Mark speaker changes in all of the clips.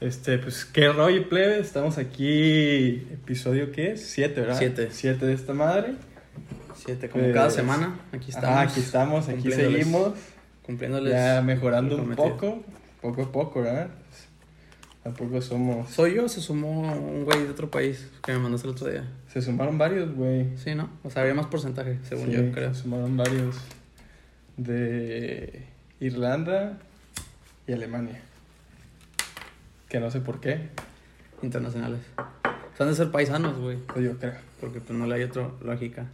Speaker 1: Este, pues qué rollo, plebe. Estamos aquí, episodio qué es? Siete, ¿verdad?
Speaker 2: Siete.
Speaker 1: Siete de esta madre.
Speaker 2: Siete, como
Speaker 1: Pues,
Speaker 2: cada semana. Aquí estamos.
Speaker 1: Ah, aquí estamos, aquí
Speaker 2: cumpliéndoles-
Speaker 1: seguimos.
Speaker 2: Cumpliéndoles.
Speaker 1: Ya mejorando un
Speaker 2: prometido.
Speaker 1: poco, poco a poco, ¿verdad? Pues, Tampoco somos.
Speaker 2: ¿Soy yo o se sumó un güey de otro país que me mandaste el otro día?
Speaker 1: Se sumaron varios, güey.
Speaker 2: Sí, ¿no? O sea, había más porcentaje, según
Speaker 1: Sí,
Speaker 2: yo, creo.
Speaker 1: Se sumaron varios de Irlanda y Alemania. Que no sé por qué,
Speaker 2: Internacionales. O sea, han de ser paisanos, güey.
Speaker 1: pero yo creo.
Speaker 2: Porque pues no le hay otra lógica.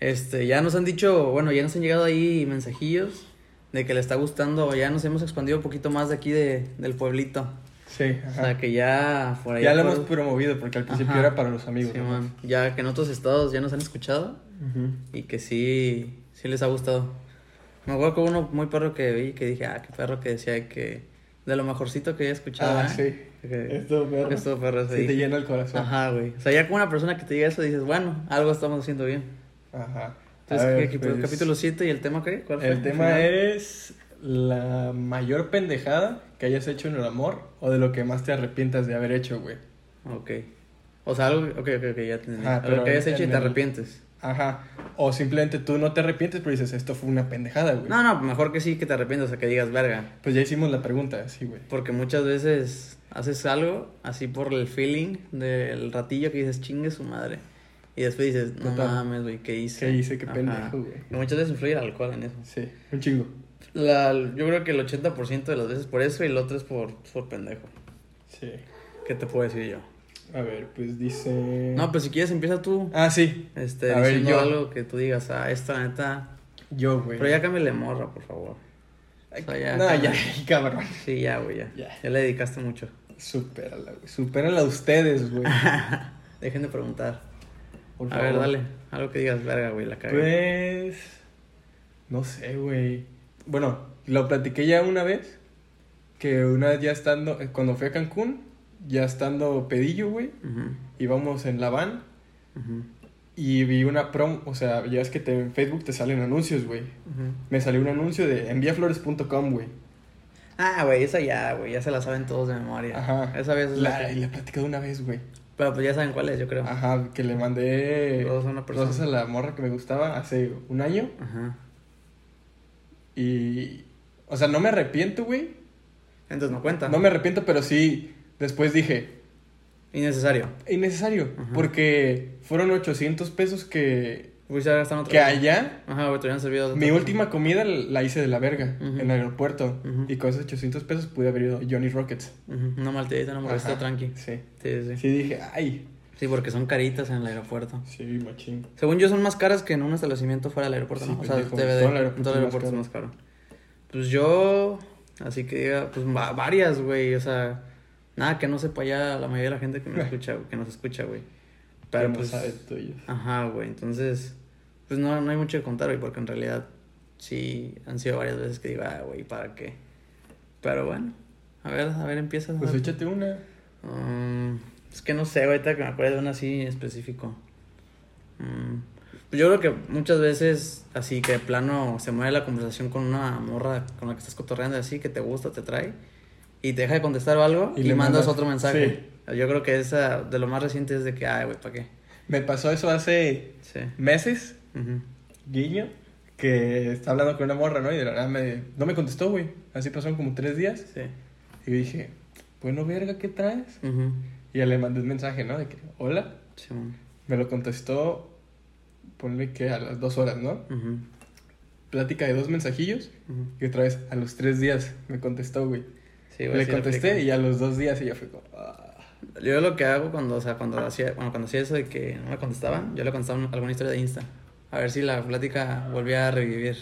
Speaker 2: Este, ya nos han dicho, bueno, ya nos han llegado ahí mensajillos de que le está gustando. Ya nos hemos expandido un poquito más de aquí de, del pueblito.
Speaker 1: Sí,
Speaker 2: O
Speaker 1: ajá.
Speaker 2: sea, que ya por ahí.
Speaker 1: ya lo
Speaker 2: por-
Speaker 1: hemos promovido porque al principio
Speaker 2: Ajá.
Speaker 1: era para los amigos.
Speaker 2: Sí,
Speaker 1: ¿no?
Speaker 2: man. Ya que en otros estados ya nos han escuchado.
Speaker 1: Ujú.
Speaker 2: y que sí, sí les ha gustado. Me acuerdo que hubo uno muy perro que vi que dije, ah, qué perro que decía que de lo mejorcito que había escuchado.
Speaker 1: Ah,
Speaker 2: ¿eh?
Speaker 1: sí.
Speaker 2: Que-
Speaker 1: Esto, perro.
Speaker 2: estuvo perro,
Speaker 1: Sí,
Speaker 2: sí.
Speaker 1: te llena el corazón. Ajá.
Speaker 2: Ajá, güey. O sea, ya como una persona que te diga eso dices, bueno, algo estamos haciendo bien. Entonces,
Speaker 1: A ver,
Speaker 2: ¿qué- qué-
Speaker 1: pues,
Speaker 2: capítulo 7 y el tema qué? ¿Cuál fue?
Speaker 1: El tema
Speaker 2: final?
Speaker 1: es la mayor pendejada que hayas hecho en el amor o de lo que más te arrepientas de haber hecho, güey.
Speaker 2: Ok. O sea, algo, ok, ok, ok, ya entendí.
Speaker 1: Ah,
Speaker 2: algo
Speaker 1: pero
Speaker 2: que hayas
Speaker 1: en-
Speaker 2: hecho y
Speaker 1: en
Speaker 2: te
Speaker 1: el-
Speaker 2: arrepientes.
Speaker 1: Ajá. O simplemente tú no te arrepientes, pero dices, esto fue una pendejada, güey.
Speaker 2: No, no, mejor que sí que te arrepientes, o sea, que digas, verga.
Speaker 1: Pues ya hicimos la pregunta, sí, güey.
Speaker 2: Porque muchas veces haces algo así por el feeling del ratillo que dices, chingue su madre. Y después dices, no
Speaker 1: Total.
Speaker 2: mames, güey, ¿qué hice?
Speaker 1: ¿Qué hice? Qué
Speaker 2: Ajá.
Speaker 1: pendejo, güey.
Speaker 2: Y muchas veces influye el alcohol en eso.
Speaker 1: Sí, un chingo.
Speaker 2: La- yo creo que el 80% de las veces por eso y el otro es por, por pendejo.
Speaker 1: Sí.
Speaker 2: ¿Qué te puedo decir yo?
Speaker 1: A ver, pues dice.
Speaker 2: No, pues si quieres empieza tú
Speaker 1: Ah, sí.
Speaker 2: este,
Speaker 1: A ver,
Speaker 2: diciendo
Speaker 1: yo.
Speaker 2: algo que tú digas, ah, esta neta...
Speaker 1: Yo, güey.
Speaker 2: Pero ya cámbiale morra, por favor. O sea, ya,
Speaker 1: no, ya,
Speaker 2: cámbiale.
Speaker 1: cabrón.
Speaker 2: Sí, ya, güey, ya.
Speaker 1: Ya.
Speaker 2: Ya le dedicaste mucho.
Speaker 1: Supérala, güey. Supérala ustedes, güey.
Speaker 2: Dejen de preguntar.
Speaker 1: Por
Speaker 2: A ver,
Speaker 1: favor.
Speaker 2: dale. Algo que digas, verga, güey, la cagué.
Speaker 1: Pues. No sé, güey. Bueno, lo platiqué ya una vez. Que una vez ya estando. eh, Cuando fui a Cancún, ya estando pedillo, güey.
Speaker 2: Ujú,
Speaker 1: Íbamos en la van.
Speaker 2: ujú,
Speaker 1: Y vi una prom. O sea, ya es que te- en Facebook te salen anuncios, güey.
Speaker 2: ujú.
Speaker 1: Me salió un anuncio de enviaflores.com, güey.
Speaker 2: Ah, güey, esa ya, güey, ya se la saben todos de memoria.
Speaker 1: Ajá.
Speaker 2: Esa vez es la,
Speaker 1: La, Ah,
Speaker 2: que-
Speaker 1: y la he platicado una vez, güey.
Speaker 2: Pero pues ya saben cuál es, yo creo. Ajá.
Speaker 1: Ajá, que le mandé
Speaker 2: Rosas a una persona.
Speaker 1: rosas a la morra que me gustaba hace un año. Y. O sea, no me arrepiento, güey.
Speaker 2: Entonces no cuenta.
Speaker 1: No me arrepiento, pero sí. Después dije,
Speaker 2: Innecesario.
Speaker 1: innecesario.
Speaker 2: Ajá.
Speaker 1: Porque fueron 800 pesos que.
Speaker 2: Güey, se gastan Pues, otra
Speaker 1: Que
Speaker 2: vez.
Speaker 1: allá.
Speaker 2: Ajá, güey, te habían servido.
Speaker 1: Mi última comida la hice de la verga
Speaker 2: Ujú.
Speaker 1: en el aeropuerto.
Speaker 2: Ujú.
Speaker 1: Y con esos 800 pesos pude haber ido a Johnny Rockets.
Speaker 2: No malteadita, no molesta,
Speaker 1: Ajá,
Speaker 2: tranqui.
Speaker 1: Sí.
Speaker 2: Sí, sí, sí.
Speaker 1: Sí, dije, ay.
Speaker 2: Sí, porque son caritas en el aeropuerto.
Speaker 1: Sí, machín.
Speaker 2: Según yo, son más caras que en un establecimiento fuera del aeropuerto,
Speaker 1: Sí,
Speaker 2: ¿no? O sea,
Speaker 1: pendejo,
Speaker 2: debe de-
Speaker 1: todo el aeropuerto
Speaker 2: todo el
Speaker 1: es más
Speaker 2: aeropuerto es más caro. Pues yo, así que diga, pues va- varias, güey, o sea, nada que no sepa ya la mayoría de la gente que me escucha, que nos escucha, güey. Pero
Speaker 1: Ya no
Speaker 2: pues,
Speaker 1: sabe tuyo.
Speaker 2: ajá, güey, entonces, pues no, no hay mucho que contar, güey, porque en realidad sí han sido varias veces que digo, ah, güey, ¿para qué? Pero bueno, a ver, a ver, empieza. a
Speaker 1: Pues
Speaker 2: ver.
Speaker 1: échate una.
Speaker 2: Mm, es que no sé, ahorita que me acuerdo de una así en específico. Mm, pues yo creo que muchas veces, así que de plano se mueve la conversación con una morra con la que estás cotorreando, así que te gusta, te trae, y te deja de contestar o algo,
Speaker 1: Y
Speaker 2: y,
Speaker 1: le
Speaker 2: mandas
Speaker 1: mandas-
Speaker 2: otro mensaje. Yo creo que esa de lo más reciente es de que, ay, güey, ¿para qué?
Speaker 1: Me pasó eso hace
Speaker 2: Sí.
Speaker 1: meses.
Speaker 2: Ujú.
Speaker 1: Guiño, que está hablando con una morra, ¿no? Y de la nada me, no me contestó, güey. Así pasaron como tres días.
Speaker 2: Sí.
Speaker 1: Y yo dije, bueno, verga, ¿qué traes?
Speaker 2: Ujú.
Speaker 1: Y ya le mandé un mensaje, ¿no? De que, hola.
Speaker 2: Simón.
Speaker 1: Me lo contestó, ponle que a las dos horas, ¿no?
Speaker 2: Ujú.
Speaker 1: Plática de dos mensajillos.
Speaker 2: Ujú.
Speaker 1: Y otra vez, a los tres días me contestó, güey.
Speaker 2: Sí, güey,
Speaker 1: le
Speaker 2: sí la
Speaker 1: contesté
Speaker 2: aplican.
Speaker 1: y a los dos días ella fue como, ah.
Speaker 2: Yo lo que hago cuando, o sea, cuando hacía, bueno, cuando hacía eso de que no me contestaban, yo le contestaba una- alguna historia de Insta. A ver si la plática volvía a revivir.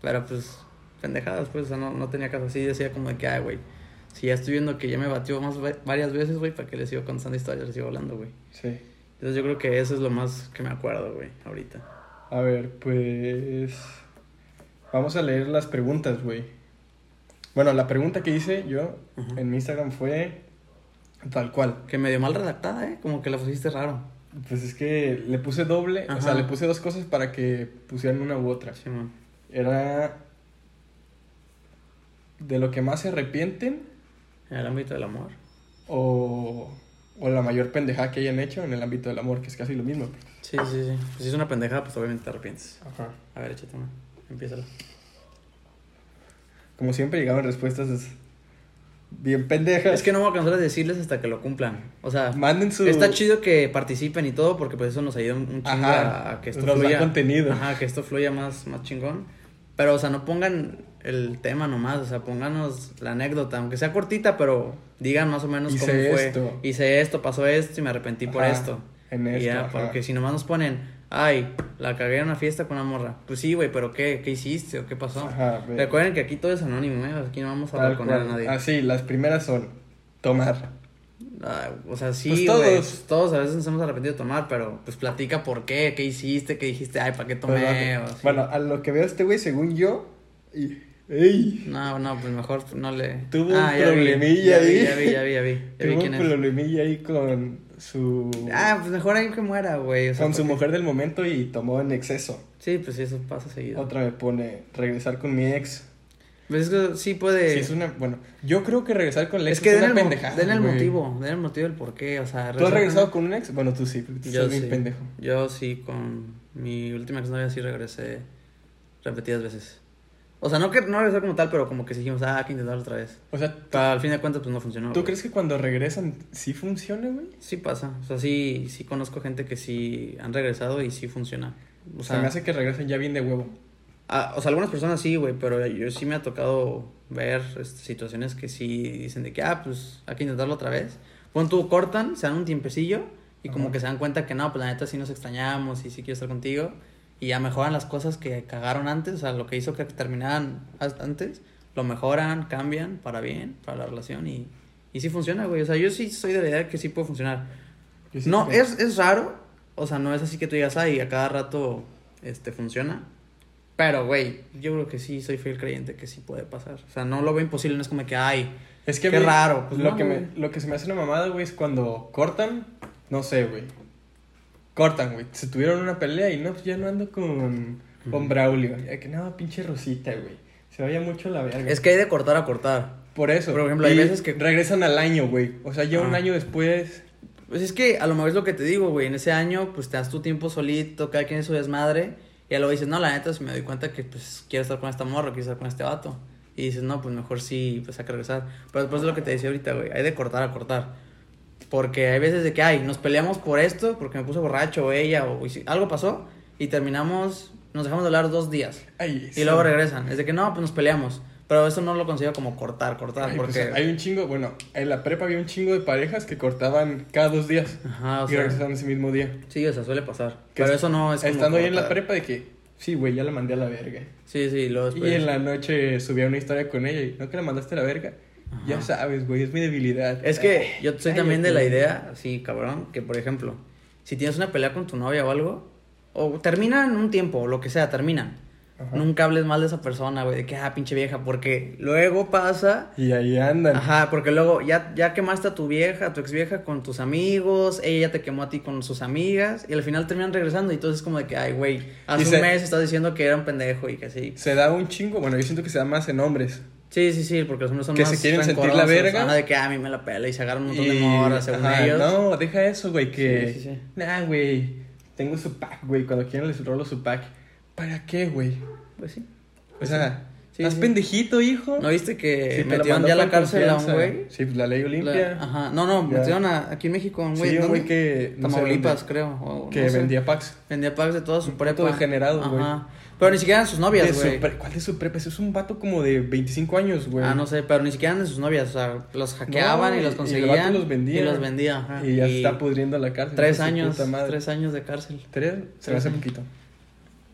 Speaker 2: Pero pues, pendejadas, pues, o sea, no, no tenía caso. Así decía como de que, ay, güey, si ya estoy viendo que ya me batió más ve- varias veces, güey, ¿para qué le sigo contestando historias? Le sigo hablando, güey.
Speaker 1: Sí.
Speaker 2: Entonces yo creo que eso es lo más que me acuerdo, güey, ahorita.
Speaker 1: A ver, pues. Vamos a leer las preguntas, güey. Bueno, la pregunta que hice yo
Speaker 2: Ujú.
Speaker 1: en mi Instagram fue tal cual.
Speaker 2: Que medio mal redactada, ¿eh? Como que la pusiste raro.
Speaker 1: Pues es que le puse doble, o sea,
Speaker 2: Ajá.
Speaker 1: le puse dos cosas para que pusieran una u otra.
Speaker 2: Simón.
Speaker 1: Era de lo que más se arrepienten
Speaker 2: en el ámbito del amor.
Speaker 1: O, o la mayor pendejada que hayan hecho en el ámbito del amor, que es casi lo mismo.
Speaker 2: Sí, sí, sí. Pues si es una pendejada, pues obviamente te arrepientes.
Speaker 1: Ajá.
Speaker 2: A ver, échate una. Empiézalo.
Speaker 1: Como siempre llegaban respuestas bien pendejas.
Speaker 2: Es que no voy a cansar de decirles hasta que lo cumplan. O sea,
Speaker 1: manden su...
Speaker 2: está chido que participen y todo porque pues eso nos ayuda un un chingo
Speaker 1: Ajá,
Speaker 2: a, a que esto
Speaker 1: nos da
Speaker 2: fluya.
Speaker 1: contenido.
Speaker 2: Ajá, que esto fluya más, más chingón. Pero, o sea, no pongan el tema nomás, o sea, pónganos la anécdota, aunque sea cortita, pero digan más o menos
Speaker 1: Hice
Speaker 2: cómo fue.
Speaker 1: esto.
Speaker 2: Hice esto, pasó esto y me arrepentí por
Speaker 1: Ajá,
Speaker 2: esto.
Speaker 1: en
Speaker 2: Y
Speaker 1: esto,
Speaker 2: ya,
Speaker 1: ajá.
Speaker 2: porque si nomás nos ponen, ay, la cagué en una fiesta con una morra. Pues sí, güey, pero ¿qué? ¿Qué hiciste o qué pasó?
Speaker 1: Ajá, ve.
Speaker 2: Recuerden que aquí todo es anónimo, ¿eh? Aquí no vamos a
Speaker 1: Tal
Speaker 2: balconear a
Speaker 1: cual.
Speaker 2: nadie.
Speaker 1: Ah, sí, las primeras son tomar.
Speaker 2: Ah, o sea, sí,
Speaker 1: Pues todos.
Speaker 2: güey, pues todos. a veces nos hemos arrepentido de tomar, pero pues platica por qué, qué hiciste, qué dijiste, ay, ¿para qué tomé?
Speaker 1: Pero,
Speaker 2: O así.
Speaker 1: Bueno, a lo que veo este güey, según yo, y, ey,
Speaker 2: No, no, pues mejor no le... Ah,
Speaker 1: Tuvo un
Speaker 2: ya vi,
Speaker 1: problemilla
Speaker 2: ya vi,
Speaker 1: ahí.
Speaker 2: Ya vi, ya vi, ya vi, ya vi,
Speaker 1: tuvo
Speaker 2: quién
Speaker 1: un
Speaker 2: es.
Speaker 1: problemilla ahí con su
Speaker 2: Ah, pues mejor ahí que muera, güey. o sea,
Speaker 1: con su
Speaker 2: porque-
Speaker 1: mujer del momento y tomó en exceso.
Speaker 2: Sí, pues sí, eso pasa seguido.
Speaker 1: Otra me pone regresar con mi ex.
Speaker 2: Pues es que sí puede...
Speaker 1: Sí, es una, bueno, yo creo que regresar con el ex
Speaker 2: es que den
Speaker 1: una
Speaker 2: el, mo-
Speaker 1: pendejada,
Speaker 2: den el
Speaker 1: güey.
Speaker 2: motivo, den el motivo del por qué, o sea...
Speaker 1: ¿Tú has
Speaker 2: regresar-
Speaker 1: regresado con un ex? Bueno, tú sí, porque tú
Speaker 2: Yo
Speaker 1: estás bien
Speaker 2: sí,
Speaker 1: pendejo.
Speaker 2: yo sí, con mi última exnovia sí regresé repetidas veces. O sea, no que no regresé como tal, pero como que sí dijimos, ah, hay que intentarlo otra vez.
Speaker 1: O sea, ¿tú,
Speaker 2: Pero al fin de cuentas, pues no funcionó.
Speaker 1: tú
Speaker 2: güey.
Speaker 1: crees que cuando regresan sí funciona, güey?
Speaker 2: Sí pasa. O sea, sí, sí conozco gente que sí han regresado y sí funciona. O
Speaker 1: O
Speaker 2: sea,
Speaker 1: sea, me hace que regresen ya bien de huevo.
Speaker 2: ah, o sea algunas personas sí, güey, pero yo sí me ha tocado ver este, situaciones que sí dicen de que, ah, pues hay que intentarlo otra vez. Pon tú, cortan, se dan un tiempecillo y como
Speaker 1: Ajá.
Speaker 2: que se dan cuenta que no, pues la neta sí nos extrañamos y sí quiero estar contigo. Y ya mejoran las cosas que cagaron antes, o sea, lo que hizo que terminaran as- antes, lo mejoran, cambian para bien, para la relación y, y sí funciona, güey. O sea, yo sí soy de la idea que sí puede funcionar.
Speaker 1: Yo sí
Speaker 2: no,
Speaker 1: creo.
Speaker 2: es, es raro. O sea, no es así que tú digas, ay, a cada rato este, funciona. Pero, güey, yo creo que sí, soy fiel creyente que sí puede pasar. O sea, no lo veo imposible, no es como que, ay,
Speaker 1: Es que a
Speaker 2: Qué
Speaker 1: mí
Speaker 2: raro, pues,
Speaker 1: lo,
Speaker 2: no,
Speaker 1: que me,
Speaker 2: güey.
Speaker 1: lo que se me hace una mamada, güey, es cuando cortan, no sé, güey. Cortan, güey. Se tuvieron una pelea y no, pues ya no ando con, con Braulio. Ya que no, pinche Rosita, güey. Se vaya mucho a la verga.
Speaker 2: es que hay de cortar a cortar.
Speaker 1: Por eso.
Speaker 2: por ejemplo, hay
Speaker 1: Y
Speaker 2: veces que-
Speaker 1: Regresan al año, güey. O sea, ya un
Speaker 2: Ah.
Speaker 1: año después.
Speaker 2: Pues es que a lo mejor es lo que te digo, güey. En ese año, pues te das tu tiempo solito, cada quien es su desmadre. Y luego dices, no, la neta, si me doy cuenta que pues quiero estar con esta morra, quiero estar con este vato. Y dices, no, pues mejor sí, pues hay que regresar. Pero después de lo que te decía ahorita, güey, hay de cortar a cortar. Porque hay veces de que, ay, nos peleamos por esto, porque me puso borracho o ella, o y si- algo pasó, y terminamos, nos dejamos de hablar dos días.
Speaker 1: Ay,
Speaker 2: Y
Speaker 1: sí.
Speaker 2: luego regresan. Es de que, no, pues nos peleamos. Pero eso no lo considero como cortar, cortar,
Speaker 1: Ay, pues,
Speaker 2: porque...
Speaker 1: hay un chingo, bueno, en la prepa había un chingo de parejas que cortaban cada dos días.
Speaker 2: Ajá, Ah, o
Speaker 1: y
Speaker 2: sea,
Speaker 1: regresaban ese mismo día.
Speaker 2: Sí, o sea, suele pasar.
Speaker 1: Que
Speaker 2: Pero
Speaker 1: es-
Speaker 2: eso no es como
Speaker 1: Estando ahí en la
Speaker 2: cortar.
Speaker 1: prepa de que, sí, güey, ya la mandé a la verga.
Speaker 2: Sí, sí, luego después.
Speaker 1: Y en la noche subía una historia con ella y no que la mandaste a la verga.
Speaker 2: Ajá.
Speaker 1: Ya sabes, güey, es mi debilidad.
Speaker 2: Es que yo soy
Speaker 1: Ay,
Speaker 2: también
Speaker 1: yo
Speaker 2: de la
Speaker 1: te-
Speaker 2: idea, así cabrón, que por ejemplo, si tienes una pelea con tu novia o algo, o terminan un tiempo, o lo que sea, terminan.
Speaker 1: Ajá.
Speaker 2: Nunca hables mal de esa persona, güey, de que, ah, pinche vieja, porque luego pasa.
Speaker 1: Y ahí andan.
Speaker 2: Ajá, porque luego ya, ya quemaste a tu vieja, a tu ex vieja con tus amigos, ella ya te quemó a ti con sus amigas, y al final terminan regresando, y entonces es como de que, ay, güey, hace
Speaker 1: Y
Speaker 2: un
Speaker 1: se-
Speaker 2: mes estás diciendo que era un pendejo y que así.
Speaker 1: Se da un chingo. Bueno, yo siento que se da más en hombres.
Speaker 2: Sí, sí, sí, porque los hombres son
Speaker 1: Que
Speaker 2: más
Speaker 1: se quieren sentir la
Speaker 2: rencorosos,
Speaker 1: verga.
Speaker 2: ajá, de que "Ah, a mí me la pela y se agarran un montón de
Speaker 1: Y-
Speaker 2: morras según
Speaker 1: ajá,
Speaker 2: ellos.
Speaker 1: No, deja eso, güey, que...
Speaker 2: Sí, sí, sí.
Speaker 1: Nah, güey, tengo su pack, güey, cuando quieran les rolo su pack. ¿Para qué, güey?
Speaker 2: Pues sí.
Speaker 1: O sea,
Speaker 2: Sí,
Speaker 1: estás
Speaker 2: sí.
Speaker 1: pendejito, hijo.
Speaker 2: ¿No viste que
Speaker 1: Sí, te la
Speaker 2: metieron
Speaker 1: mandó
Speaker 2: ya a la
Speaker 1: con
Speaker 2: cárcel a un
Speaker 1: confianza.
Speaker 2: güey?
Speaker 1: Sí, pues la ley
Speaker 2: La-
Speaker 1: Olimpia.
Speaker 2: Ajá. No, no,
Speaker 1: Ya.
Speaker 2: metieron a- aquí en México a un güey.
Speaker 1: Sí, un
Speaker 2: ¿dónde?
Speaker 1: güey que... no sé
Speaker 2: Tamaulipas, creo. o
Speaker 1: dónde, Que
Speaker 2: no sé.
Speaker 1: vendía packs.
Speaker 2: Vendía packs de toda su prepa.
Speaker 1: degenerado, güey.
Speaker 2: Ajá. Pero ni siquiera eran sus
Speaker 1: De
Speaker 2: novias,
Speaker 1: su
Speaker 2: güey.
Speaker 1: pre- ¿Cuál de su prepa? Ese es un vato como de 25 años, güey.
Speaker 2: Ah, no sé, pero ni siquiera eran de sus novias. O sea, los hackeaban y los
Speaker 1: y el vato
Speaker 2: conseguían.
Speaker 1: los vendía.
Speaker 2: Y los vendía, ajá.
Speaker 1: Y ya se está pudriendo la cárcel. hijo de
Speaker 2: Tres
Speaker 1: su
Speaker 2: años,
Speaker 1: puta madre.
Speaker 2: tres años de cárcel.
Speaker 1: ¿Tres? Se me
Speaker 2: tres
Speaker 1: hace
Speaker 2: años.
Speaker 1: poquito.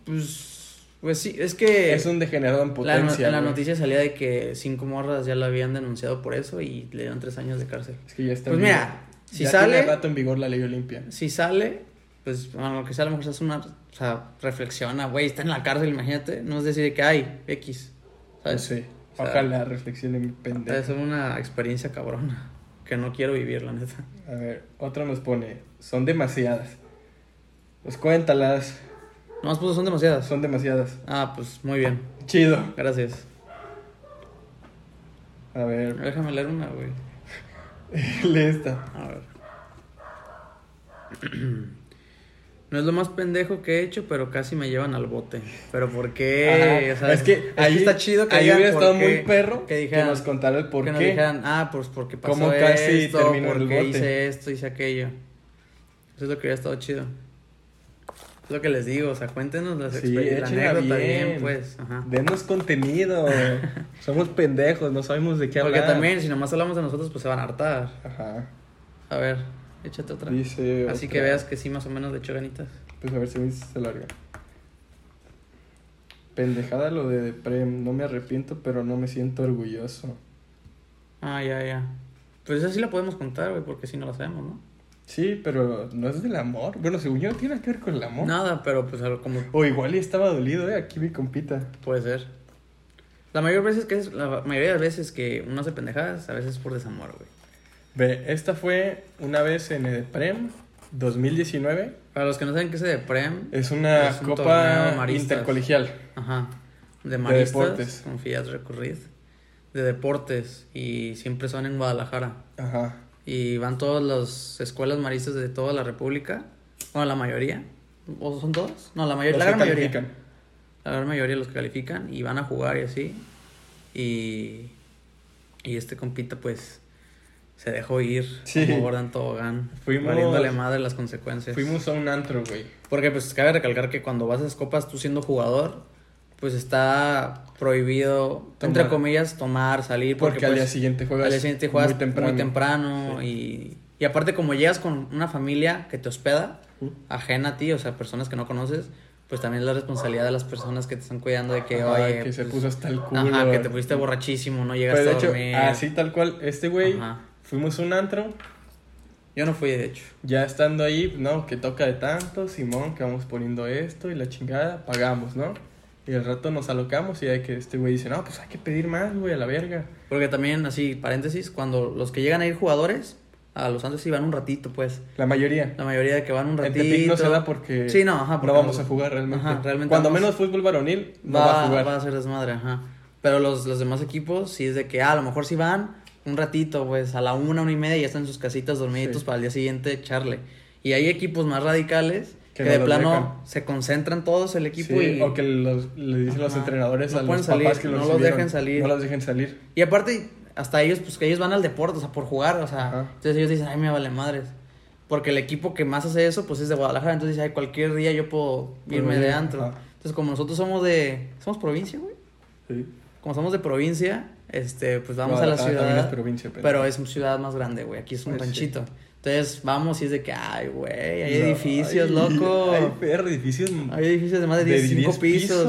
Speaker 2: Pues, pues sí, es que...
Speaker 1: Es un degenerado en
Speaker 2: La, no-
Speaker 1: potencia.
Speaker 2: en la
Speaker 1: güey.
Speaker 2: noticia salía de que cinco morras ya la habían denunciado por eso y le dieron tres años de cárcel.
Speaker 1: Es que ya está.
Speaker 2: Pues
Speaker 1: en vigor.
Speaker 2: mira, si
Speaker 1: Ya
Speaker 2: sale-
Speaker 1: Tiene rato en vigor la ley Olimpia.
Speaker 2: Si sale, pues bueno, lo que sea, a lo mejor se hace una. O sea, reflexiona, güey, está en la cárcel, imagínate. No es decir de que hay X.
Speaker 1: No
Speaker 2: ¿Sabes?
Speaker 1: sé.
Speaker 2: O sea,
Speaker 1: Ojalá reflexione mi
Speaker 2: Es
Speaker 1: pendejo.
Speaker 2: una experiencia cabrona que no quiero vivir, la neta.
Speaker 1: A ver, otro nos pone. Son demasiadas. Pues cuéntalas.
Speaker 2: Nomás puso, son demasiadas.
Speaker 1: Son demasiadas.
Speaker 2: Ah, pues muy bien.
Speaker 1: Chido.
Speaker 2: Gracias.
Speaker 1: A ver.
Speaker 2: Déjame leer una, güey.
Speaker 1: Lee esta.
Speaker 2: A ver. No es lo más pendejo que he hecho, pero casi me llevan al bote. ¿Pero por qué?
Speaker 1: Ajá.
Speaker 2: O sea,
Speaker 1: es que ahí
Speaker 2: está chido que
Speaker 1: ahí
Speaker 2: digan
Speaker 1: hubiera
Speaker 2: por
Speaker 1: estado
Speaker 2: qué,
Speaker 1: muy perro que,
Speaker 2: dijeran-
Speaker 1: nos contara el por
Speaker 2: que
Speaker 1: qué.
Speaker 2: nos dijeran, ah, pues porque pasó
Speaker 1: ¿Cómo casi
Speaker 2: esto,
Speaker 1: terminó el
Speaker 2: porque
Speaker 1: bote?
Speaker 2: hice esto, hice aquello. Eso es lo que hubiera estado chido. Es lo que les digo, o sea, cuéntenos las
Speaker 1: Sí,
Speaker 2: experiencias, la
Speaker 1: échenla
Speaker 2: anécdota bien.
Speaker 1: bien.
Speaker 2: pues. Ajá.
Speaker 1: Denos contenido. Somos pendejos, no sabemos de qué
Speaker 2: Porque
Speaker 1: hablar.
Speaker 2: también, si nomás hablamos de nosotros, pues se van a hartar.
Speaker 1: Ajá.
Speaker 2: A ver, échate otra.
Speaker 1: Dice.
Speaker 2: Así
Speaker 1: otra.
Speaker 2: que veas que sí, más o menos le echo ganitas.
Speaker 1: Pues a ver si se larga. Pendejada lo de Prem. No me arrepiento, pero no me siento orgulloso.
Speaker 2: Ah, ya, ya. Pues esa sí la podemos contar, güey, porque si no la sabemos, ¿no?
Speaker 1: Sí, pero no es del amor. Bueno, según yo, no tiene nada que ver con el amor.
Speaker 2: Nada, pero pues algo como
Speaker 1: O igual y estaba dolido, ¿eh? Aquí mi compita.
Speaker 2: puede ser. La mayor veces que es, la mayoría de las veces que uno hace pendejadas, a veces es por desamor, güey.
Speaker 1: Ve, esta fue una vez en el Prem 2019.
Speaker 2: Para los que no saben qué es de Prem,
Speaker 1: Es una
Speaker 2: Es un torneo
Speaker 1: copa
Speaker 2: maristas.
Speaker 1: intercolegial.
Speaker 2: ajá, de maristas,
Speaker 1: deportes.
Speaker 2: con Fiat Recurrid, de deportes, y siempre son en Guadalajara.
Speaker 1: Ajá.
Speaker 2: Y van todas las escuelas maristas de toda la república, bueno, la mayoría, ¿o son todos? No, la, mayoría,
Speaker 1: Los
Speaker 2: la
Speaker 1: que
Speaker 2: gran mayoría.
Speaker 1: califican.
Speaker 2: la gran mayoría de los que califican y van a jugar y así. Y, y este compita, pues, se dejó ir
Speaker 1: Sí.
Speaker 2: como Gordon Tobogán.
Speaker 1: Fuimos-
Speaker 2: Valiéndole madre las consecuencias.
Speaker 1: Fuimos a un antro, güey.
Speaker 2: Porque, pues, cabe recalcar que cuando vas a las copas, tú siendo jugador, pues está prohibido, entre
Speaker 1: Tomar.
Speaker 2: comillas, tomar, salir.
Speaker 1: Porque, al
Speaker 2: pues,
Speaker 1: día siguiente juegas,
Speaker 2: al día siguiente juegas
Speaker 1: muy temprano.
Speaker 2: y, y aparte, como llegas con una familia que te hospeda,
Speaker 1: Ujú.
Speaker 2: ajena a ti, o sea, personas que no conoces, pues también es la responsabilidad de las personas que te están cuidando de que,
Speaker 1: Ajá,
Speaker 2: oye,
Speaker 1: que se
Speaker 2: pues,
Speaker 1: puso hasta el culo.
Speaker 2: ajá, que te pusiste borrachísimo, no llegaste
Speaker 1: Pues de
Speaker 2: a
Speaker 1: hecho,
Speaker 2: dormir.
Speaker 1: así tal cual, este güey,
Speaker 2: Ajá.
Speaker 1: fuimos a un antro,
Speaker 2: Yo no fui, de hecho.
Speaker 1: ya estando ahí, no, que toca de tanto, Simón, que vamos poniendo esto y la chingada, pagamos, ¿no? Y al rato nos alocamos y hay que este güey dice, no, pues hay que pedir más, güey, a la verga.
Speaker 2: Porque también, así, paréntesis, cuando los que llegan a ir jugadores, a los antes sí van un ratito, pues.
Speaker 1: La mayoría.
Speaker 2: La mayoría de que van un
Speaker 1: En
Speaker 2: ratito.
Speaker 1: Tepic no se da porque,
Speaker 2: Sí, no, ajá, porque
Speaker 1: no vamos
Speaker 2: no-
Speaker 1: a jugar realmente.
Speaker 2: ajá, realmente
Speaker 1: Cuando
Speaker 2: vamos-
Speaker 1: menos fútbol varonil, no
Speaker 2: va,
Speaker 1: va, a jugar.
Speaker 2: va a ser desmadre, ajá. Pero los, los demás equipos sí es de que ah, a lo mejor sí van un ratito, pues a la una, una y media ya están en sus casitas dormiditos
Speaker 1: Sí.
Speaker 2: para el día siguiente echarle. Y hay equipos más radicales que,
Speaker 1: Que no
Speaker 2: de
Speaker 1: los
Speaker 2: plano
Speaker 1: dejan.
Speaker 2: se concentran todos el equipo
Speaker 1: Sí,
Speaker 2: y...
Speaker 1: o que los- le dicen los
Speaker 2: Ajá.
Speaker 1: entrenadores
Speaker 2: No
Speaker 1: a
Speaker 2: pueden
Speaker 1: los papás
Speaker 2: salir,
Speaker 1: que
Speaker 2: no
Speaker 1: los
Speaker 2: los
Speaker 1: subieron,
Speaker 2: dejen salir.
Speaker 1: No los dejen salir.
Speaker 2: Y aparte, hasta ellos, pues que ellos van al deporte, o sea, por jugar, o sea,
Speaker 1: Ajá.
Speaker 2: entonces ellos dicen, ay, me vale madres. Porque el equipo que más hace eso, pues es de Guadalajara, entonces dice, ay, cualquier día yo puedo
Speaker 1: Puedo
Speaker 2: irme
Speaker 1: ir,
Speaker 2: de antro.
Speaker 1: Pues ajá.
Speaker 2: Entonces, como nosotros somos de. Somos provincia, güey.
Speaker 1: Sí.
Speaker 2: Como somos de provincia, este, pues vamos a la
Speaker 1: Guadalajara también
Speaker 2: ciudad.
Speaker 1: es provincia, pendejo.
Speaker 2: Pero es una ciudad más grande, güey. Aquí es un
Speaker 1: Pues,
Speaker 2: ranchito. Entonces vamos y es de que, ay, güey, hay
Speaker 1: No,
Speaker 2: edificios,
Speaker 1: ay,
Speaker 2: loco.
Speaker 1: Ay, perro, edificios.
Speaker 2: Hay edificios de más de
Speaker 1: De
Speaker 2: 15
Speaker 1: 10
Speaker 2: pisos.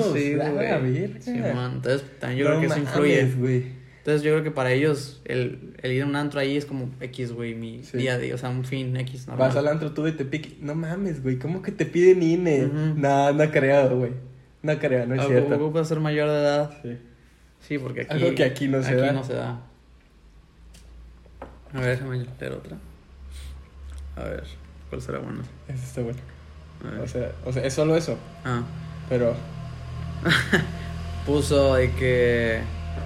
Speaker 1: pisos,
Speaker 2: Sí,
Speaker 1: a la
Speaker 2: güey.
Speaker 1: verga.
Speaker 2: Sí, man. Entonces también yo
Speaker 1: No
Speaker 2: creo que eso
Speaker 1: mames,
Speaker 2: influye.
Speaker 1: güey.
Speaker 2: Entonces yo creo que para ellos el, el ir a un antro ahí es como X, güey, mi
Speaker 1: Sí.
Speaker 2: día de, o sea, un fin X. normal.
Speaker 1: Vas al antro tú y te pique. No mames, güey. ¿Cómo que te piden INE?
Speaker 2: Ujú. Ah,
Speaker 1: No, no creo, güey. No creo, no es
Speaker 2: Algo-
Speaker 1: cierto.
Speaker 2: algo para ser mayor de edad.
Speaker 1: Sí.
Speaker 2: Sí, porque aquí.
Speaker 1: Algo que aquí no se
Speaker 2: aquí
Speaker 1: da.
Speaker 2: no se da. A ver, déjame leer otra. A ver, ¿cuál será buena?
Speaker 1: Eso está bueno.
Speaker 2: A ver.
Speaker 1: O sea, o sea, es solo eso.
Speaker 2: Ah,
Speaker 1: Pero.
Speaker 2: puso de que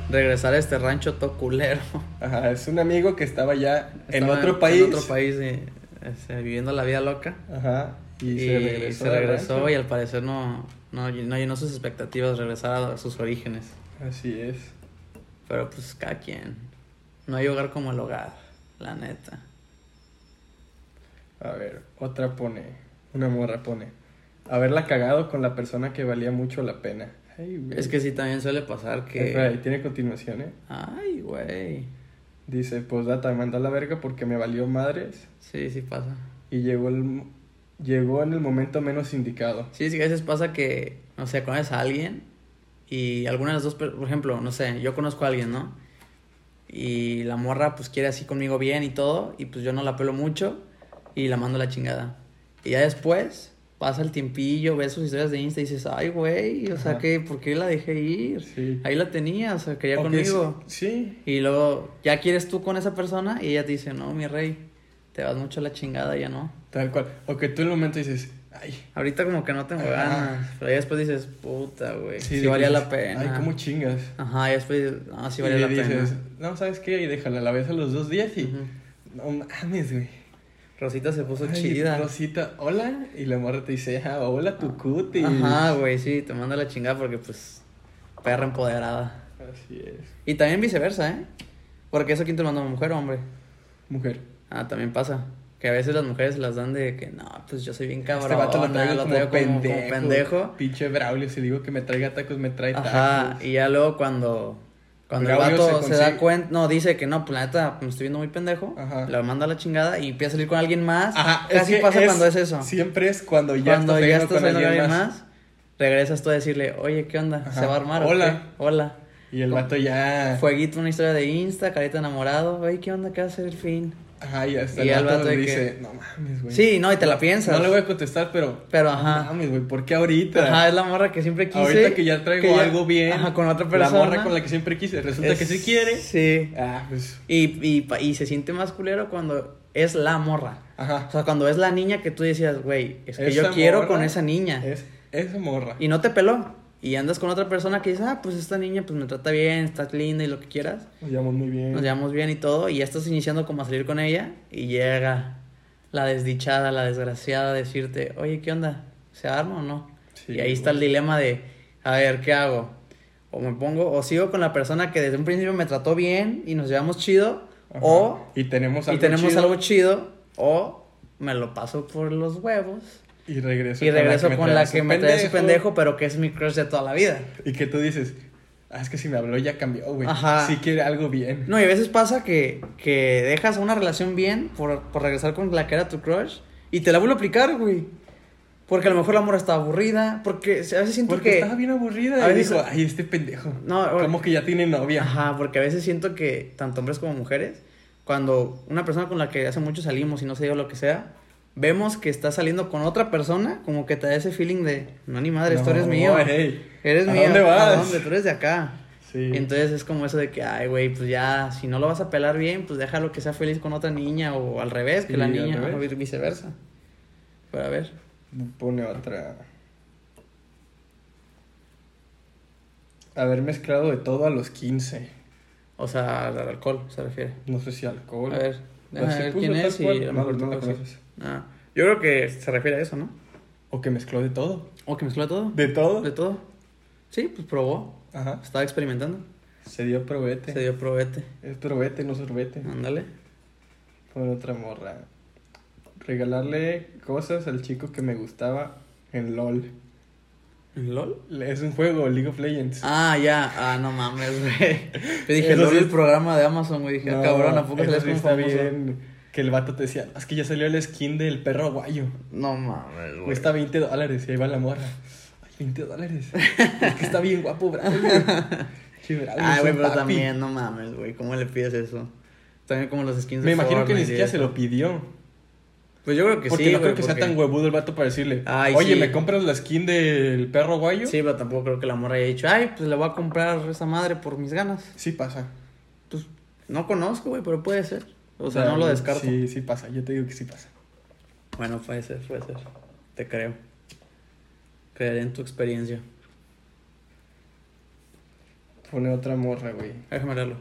Speaker 2: regresar a este rancho todo culero.
Speaker 1: Ajá, es un amigo que estaba ya en
Speaker 2: Estaba
Speaker 1: otro país.
Speaker 2: En otro país, eh, este, viviendo la vida loca.
Speaker 1: Ajá. Y,
Speaker 2: Y,
Speaker 1: se regresó. al rancho.
Speaker 2: y al parecer no, no, no llenó sus expectativas de regresar a sus orígenes.
Speaker 1: Así es.
Speaker 2: Pero pues cada quien. No hay hogar como el hogar, la neta.
Speaker 1: A ver, otra pone. Una morra pone. Haberla cagado con la persona que valía mucho la pena. Ay, güey.
Speaker 2: Es que sí también suele pasar
Speaker 1: Espera, y
Speaker 2: que...
Speaker 1: tiene continuación, ¿eh?
Speaker 2: Ay, güey.
Speaker 1: Dice, pues data, mandó a la verga porque me valió madres
Speaker 2: Sí, sí pasa.
Speaker 1: y llegó, el, llegó en el momento menos indicado.
Speaker 2: Sí, sí, a veces pasa que, no sé, conoces a alguien y alguna de las dos, per- por ejemplo, no sé, yo conozco a alguien, ¿no? Y la morra, pues quiere así conmigo bien y todo, y pues yo no la pelo mucho y la mando a la chingada. Y ya después pasa el tiempillo, ves sus historias de Insta y dices, ay, güey, o sea,
Speaker 1: Ajá.
Speaker 2: que, ¿por qué la dejé ir?
Speaker 1: Sí.
Speaker 2: Ahí la tenía, o sea, quería
Speaker 1: Ok,
Speaker 2: conmigo.
Speaker 1: Sí.
Speaker 2: Y luego ya quieres tú con esa persona y ella te dice, no, mi rey, te vas mucho a la chingada, ya no.
Speaker 1: sí, tal cual. O que tú en el momento dices, ay,
Speaker 2: Ahorita como que no tengo
Speaker 1: Ajá.
Speaker 2: ganas, pero ya después dices, puta, güey, Eh, sí,
Speaker 1: de que
Speaker 2: valía la
Speaker 1: dices,
Speaker 2: pena.
Speaker 1: Ay, cómo chingas.
Speaker 2: Ajá, y después dices, ah,
Speaker 1: Y
Speaker 2: sí valía la
Speaker 1: le dices,
Speaker 2: pena.
Speaker 1: no, ¿sabes qué? Y déjala, la ves a los dos días y
Speaker 2: Ujú.
Speaker 1: No mames, güey.
Speaker 2: Rosita se puso
Speaker 1: Ay,
Speaker 2: chida.
Speaker 1: Rosita, hola. Y la morra te dice, ah, hola, tu cutis.
Speaker 2: Ajá, güey, sí, te manda la chingada porque, pues, perra empoderada.
Speaker 1: Así es.
Speaker 2: Y también viceversa, ¿eh? Porque eso, ¿quién te lo manda, mujer o hombre?
Speaker 1: Mujer. este
Speaker 2: Ah, también pasa. Que a veces las mujeres las dan de que, no, pues yo soy bien cabrón.
Speaker 1: este vato lo traigo, como,
Speaker 2: como
Speaker 1: pendejo.
Speaker 2: pendejo.
Speaker 1: Pinche Braulio, si le digo que me traiga tacos, me trae tacos.
Speaker 2: Ajá, y ya luego cuando, cuando el
Speaker 1: Braulio
Speaker 2: vato
Speaker 1: se
Speaker 2: se,
Speaker 1: consigue-
Speaker 2: da cuenta, no, dice que no, pues la neta, me estoy viendo muy pendejo,
Speaker 1: Ajá.
Speaker 2: la manda a la chingada y empieza a salir con alguien más.
Speaker 1: Ajá, es
Speaker 2: Casi
Speaker 1: que
Speaker 2: pasa cuando es eso.
Speaker 1: Siempre es cuando ya
Speaker 2: cuando
Speaker 1: estás
Speaker 2: ya
Speaker 1: saliendo
Speaker 2: estás
Speaker 1: con
Speaker 2: saliendo con
Speaker 1: alguien
Speaker 2: alguien más, regresas tú a decirle, oye, ¿qué onda?
Speaker 1: Ajá.
Speaker 2: ¿Se va a armar? o
Speaker 1: Hola. Eh.
Speaker 2: qué? Hola.
Speaker 1: Y el vato ya.
Speaker 2: Fueguito, una historia de Insta, carita enamorado, oye, ¿qué onda? ¿Qué va a ser el fin?
Speaker 1: Ajá, y hasta
Speaker 2: Y
Speaker 1: el
Speaker 2: al
Speaker 1: vato
Speaker 2: vato
Speaker 1: le
Speaker 2: de
Speaker 1: dice, no mames, güey.
Speaker 2: Sí, no, y te la piensas.
Speaker 1: No le voy a contestar, pero.
Speaker 2: Pero
Speaker 1: No
Speaker 2: ajá.
Speaker 1: mames, güey, ¿por qué ahorita?
Speaker 2: Ajá, es la morra que siempre quise.
Speaker 1: Ahorita que ya traigo
Speaker 2: que ya-
Speaker 1: algo bien.
Speaker 2: Ajá, con otra persona.
Speaker 1: La morra con la que siempre quise. Resulta que
Speaker 2: Es-
Speaker 1: sí quiere.
Speaker 2: Sí.
Speaker 1: Ah, pues.
Speaker 2: Y, y, pa- y se siente más culero cuando es la morra.
Speaker 1: Ajá.
Speaker 2: O sea, cuando es la niña que tú decías, güey, es que
Speaker 1: Esa
Speaker 2: yo quiero
Speaker 1: morra
Speaker 2: con esa niña.
Speaker 1: Es, es morra.
Speaker 2: Y no te peló. Y andas con otra persona que dice, ah, pues esta niña pues me trata bien, está linda y lo que quieras.
Speaker 1: Nos llamó muy bien.
Speaker 2: Nos llevamos bien y todo. Y ya estás iniciando como a salir con ella. Y llega la desdichada, la desgraciada a decirte, oye, ¿qué onda? ¿Se arma o no?
Speaker 1: Sí,
Speaker 2: y ahí está el
Speaker 1: güey.
Speaker 2: dilema de, a ver, ¿qué hago? O me pongo, o sigo con la persona que desde un principio me trató bien y nos llevamos chido.
Speaker 1: Ajá.
Speaker 2: O
Speaker 1: Y tenemos
Speaker 2: y
Speaker 1: algo.
Speaker 2: tenemos
Speaker 1: chido,
Speaker 2: algo chido o me lo paso por los huevos
Speaker 1: Y regreso,
Speaker 2: y regreso con la
Speaker 1: traes
Speaker 2: que
Speaker 1: un
Speaker 2: me trae ese pendejo pero que es mi crush de toda la vida
Speaker 1: Y que tú dices, ah, es que si me habló ya cambió, güey.
Speaker 2: Ajá.
Speaker 1: Si quiere algo bien.
Speaker 2: no y a veces pasa que, que dejas una relación bien por, por regresar con la que era tu crush y te la vuelvo a aplicar güey porque a lo mejor la morra está aburrida porque a veces siento
Speaker 1: Porque
Speaker 2: que
Speaker 1: estaba bien aburrida.
Speaker 2: a
Speaker 1: y
Speaker 2: veces-
Speaker 1: dijo, ay, este pendejo.
Speaker 2: No, güey.
Speaker 1: Como que ya tiene novia.
Speaker 2: Ajá, porque a veces siento que tanto hombres como mujeres, cuando una persona con la que hace mucho salimos y no se dio lo que sea, vemos que está saliendo con otra persona, como que te da ese feeling de, no ni madre, esto
Speaker 1: No,
Speaker 2: eres mío.
Speaker 1: ey.
Speaker 2: Eres
Speaker 1: ¿A
Speaker 2: mío.
Speaker 1: dónde
Speaker 2: ¿A
Speaker 1: vas?
Speaker 2: dónde? Tú eres de acá.
Speaker 1: Sí.
Speaker 2: Entonces es como eso de que, ay, güey, pues ya, si no lo vas a pelar bien, pues déjalo que sea feliz con otra niña o al revés, que
Speaker 1: Sí,
Speaker 2: la
Speaker 1: al
Speaker 2: niña,
Speaker 1: revés.
Speaker 2: o vi- viceversa. Pero a ver.
Speaker 1: Pone otra. Haber mezclado de todo a los 15.
Speaker 2: O sea, al alcohol se refiere.
Speaker 1: No sé si alcohol.
Speaker 2: A ver,
Speaker 1: Pero
Speaker 2: déjame
Speaker 1: sí
Speaker 2: ver
Speaker 1: puso
Speaker 2: quién
Speaker 1: tal
Speaker 2: es y
Speaker 1: cual.
Speaker 2: a lo
Speaker 1: No,
Speaker 2: mejor
Speaker 1: no
Speaker 2: tú
Speaker 1: la
Speaker 2: conoces.
Speaker 1: conoces.
Speaker 2: Ah, yo creo que se refiere a eso, ¿no?
Speaker 1: O que Oh, mezcló de todo.
Speaker 2: O que mezcló todo.
Speaker 1: ¿De todo?
Speaker 2: De todo. Sí, pues probó.
Speaker 1: Ajá.
Speaker 2: Estaba experimentando.
Speaker 1: Se dio probete.
Speaker 2: Se dio probete.
Speaker 1: Es probete, no sorbete.
Speaker 2: Ándale.
Speaker 1: Con otra morra. Regalarle cosas al chico que me gustaba en LOL.
Speaker 2: ¿En LOL?
Speaker 1: Es un juego, League of Legends.
Speaker 2: Ah, ya. Ah, no mames, güey. Yo dije,
Speaker 1: Eso
Speaker 2: LOL
Speaker 1: sí
Speaker 2: el
Speaker 1: es-
Speaker 2: programa de Amazon, güey. Dije, ah,
Speaker 1: No,
Speaker 2: cabrón, ¿a poco
Speaker 1: eso
Speaker 2: sales
Speaker 1: sí
Speaker 2: como
Speaker 1: está
Speaker 2: famoso?
Speaker 1: bien que el vato te decía, es que ya salió el skin del perro guayo.
Speaker 2: No mames, güey.
Speaker 1: Cuesta 20 dólares y ahí va la morra. Ay, 20 dólares. es que está bien guapo, Braulio. Che, Braulio, es
Speaker 2: Ay, Ah, güey,
Speaker 1: un
Speaker 2: pero
Speaker 1: papi.
Speaker 2: también, no mames, güey. ¿Cómo le pides eso? También como los skins de
Speaker 1: Me imagino que
Speaker 2: Fortnite
Speaker 1: ni
Speaker 2: y
Speaker 1: siquiera
Speaker 2: eso.
Speaker 1: se lo pidió.
Speaker 2: Pues yo creo que
Speaker 1: porque
Speaker 2: sí,
Speaker 1: no
Speaker 2: güey,
Speaker 1: creo que sea
Speaker 2: porque-
Speaker 1: tan huevudo el vato para decirle,
Speaker 2: Ay,
Speaker 1: oye,
Speaker 2: sí.
Speaker 1: ¿me compras la skin del perro guayo?
Speaker 2: Sí, pero tampoco creo que la morra haya dicho, ay, pues le voy a comprar esa madre por mis ganas.
Speaker 1: Sí pasa.
Speaker 2: Pues no conozco, güey, pero puede ser. O sea, no lo
Speaker 1: yo-
Speaker 2: descarto.
Speaker 1: Sí, sí pasa. Yo te digo que sí pasa.
Speaker 2: Bueno, puede ser, puede ser. Te creo. Creeré en tu experiencia.
Speaker 1: Pone otra morra, güey.
Speaker 2: Déjame leerlo.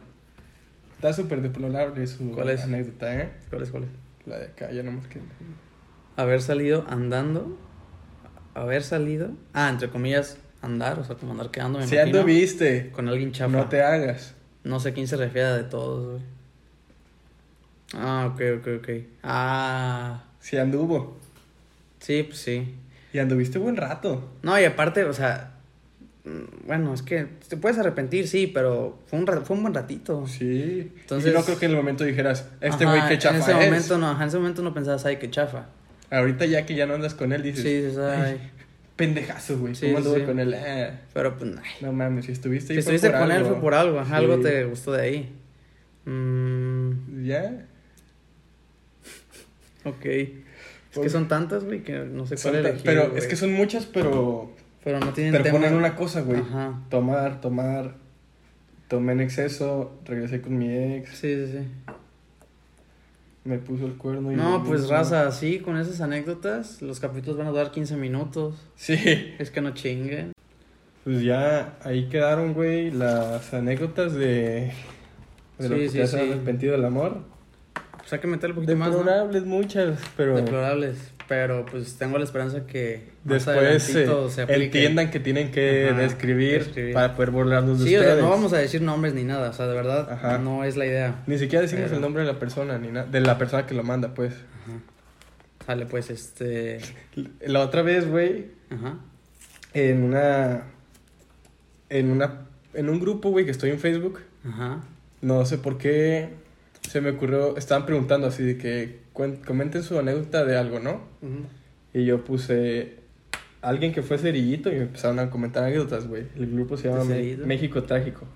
Speaker 1: Está súper deplorable su
Speaker 2: ¿Cuál es?
Speaker 1: anécdota, ¿eh?
Speaker 2: ¿Cuál es, cuál es?
Speaker 1: La de acá, ya nomás que...
Speaker 2: Haber salido andando. Haber salido. Ah, entre comillas, andar. O sea, como andar quedando, me
Speaker 1: Si
Speaker 2: imagino,
Speaker 1: anduviste,
Speaker 2: Con alguien chafa.
Speaker 1: no te hagas.
Speaker 2: No sé a quién se refiere de todos, güey. Ah, ok, ok, ok. Ah,
Speaker 1: Si anduvo.
Speaker 2: sí, pues sí.
Speaker 1: Y anduviste buen rato.
Speaker 2: No, y aparte, o sea, mm, bueno, es que te puedes arrepentir, sí, pero fue un, ra- fue un buen ratito.
Speaker 1: Pues Sí. Entonces...
Speaker 2: Entonces-
Speaker 1: Y no creo que en el momento dijeras, este
Speaker 2: Ajá,
Speaker 1: güey que chafa
Speaker 2: en ese
Speaker 1: es.
Speaker 2: Momento no, ajá, en ese momento no pensabas, ay, qué chafa.
Speaker 1: Ahorita ya que ya no andas con él,
Speaker 2: Sí,
Speaker 1: dices,
Speaker 2: dices, ay.
Speaker 1: pendejazo, güey.
Speaker 2: Sí,
Speaker 1: ¿Cómo
Speaker 2: sí,
Speaker 1: anduve
Speaker 2: sí.
Speaker 1: con él? Ah,
Speaker 2: Pero pues, ay.
Speaker 1: no mames, si estuviste
Speaker 2: Si
Speaker 1: ahí fue
Speaker 2: estuviste
Speaker 1: por
Speaker 2: con él
Speaker 1: algo.
Speaker 2: fue por algo, ajá,
Speaker 1: Sí.
Speaker 2: algo te gustó de ahí. Mm,
Speaker 1: Ya.
Speaker 2: ok. Es
Speaker 1: Por-
Speaker 2: que son tantas, güey, que no sé
Speaker 1: Pues Son
Speaker 2: cuál
Speaker 1: ta-
Speaker 2: elegir,
Speaker 1: pero
Speaker 2: güey.
Speaker 1: es que son muchas, pero,
Speaker 2: Pero no tienen
Speaker 1: pero
Speaker 2: tema.
Speaker 1: ponen una cosa, güey.
Speaker 2: Ajá.
Speaker 1: Tomar, tomar. Tomé en exceso, regresé con mi ex,
Speaker 2: Sí, sí, sí.
Speaker 1: me puso el cuerno y...
Speaker 2: No,
Speaker 1: me-
Speaker 2: pues raza, sí, con esas anécdotas, los capítulos van a dar 15 minutos.
Speaker 1: Sí,
Speaker 2: Es que no chinguen.
Speaker 1: pues ya ahí quedaron, güey, las anécdotas de, de lo
Speaker 2: Sí,
Speaker 1: que
Speaker 2: sí,
Speaker 1: te has
Speaker 2: sí.
Speaker 1: arrepentido del amor.
Speaker 2: pues hay que meterle un poquito más. ¿no?
Speaker 1: Deplorables muchas, pero
Speaker 2: Deplorables. Pero pues tengo la esperanza que
Speaker 1: después
Speaker 2: más
Speaker 1: eh,
Speaker 2: adelantito se aplique.
Speaker 1: entiendan que tienen que
Speaker 2: Ajá,
Speaker 1: describir
Speaker 2: describir.
Speaker 1: para poder burlarnos de
Speaker 2: Sí, o sea,
Speaker 1: Pues ustedes.
Speaker 2: no vamos a decir nombres ni nada, o sea, de verdad,
Speaker 1: Ajá.
Speaker 2: no es la idea.
Speaker 1: Ni siquiera decimos
Speaker 2: Pero-
Speaker 1: el nombre de la persona, ni nada, de la persona que lo manda, pues.
Speaker 2: Sale, pues, este.
Speaker 1: La otra vez, güey,
Speaker 2: Ajá.
Speaker 1: en una en una en un grupo, güey, que estoy en Facebook,
Speaker 2: Ajá.
Speaker 1: no sé por qué se me ocurrió, estaban preguntando así de que cuen- comenten su anécdota de algo, ¿no?
Speaker 2: ujú.
Speaker 1: Y yo puse alguien que fue cerillito y me empezaron a comentar anécdotas, güey. El grupo se llama
Speaker 2: ¿De
Speaker 1: Me-
Speaker 2: cerillito?
Speaker 1: México Trágico.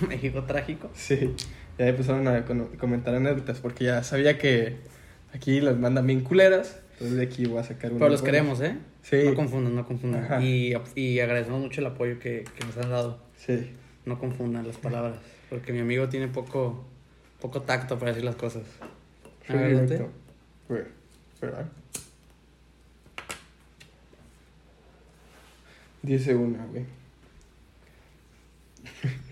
Speaker 2: México trágico.
Speaker 1: Sí. Ya empezaron a con- comentar anécdotas porque ya sabía que aquí las mandan bien culeras, entonces de aquí voy a sacar una.
Speaker 2: Pero los
Speaker 1: buena.
Speaker 2: queremos, ¿eh?
Speaker 1: Sí.
Speaker 2: No confundan, no
Speaker 1: Ajá.
Speaker 2: confundan. Y, y agradecemos mucho el apoyo que, que nos han dado.
Speaker 1: Sí.
Speaker 2: No confundan las palabras, porque mi amigo tiene poco, poco tacto para decir las cosas. A ver, date.
Speaker 1: Perfecto. Güey, ¿verdad? Dice una, güey.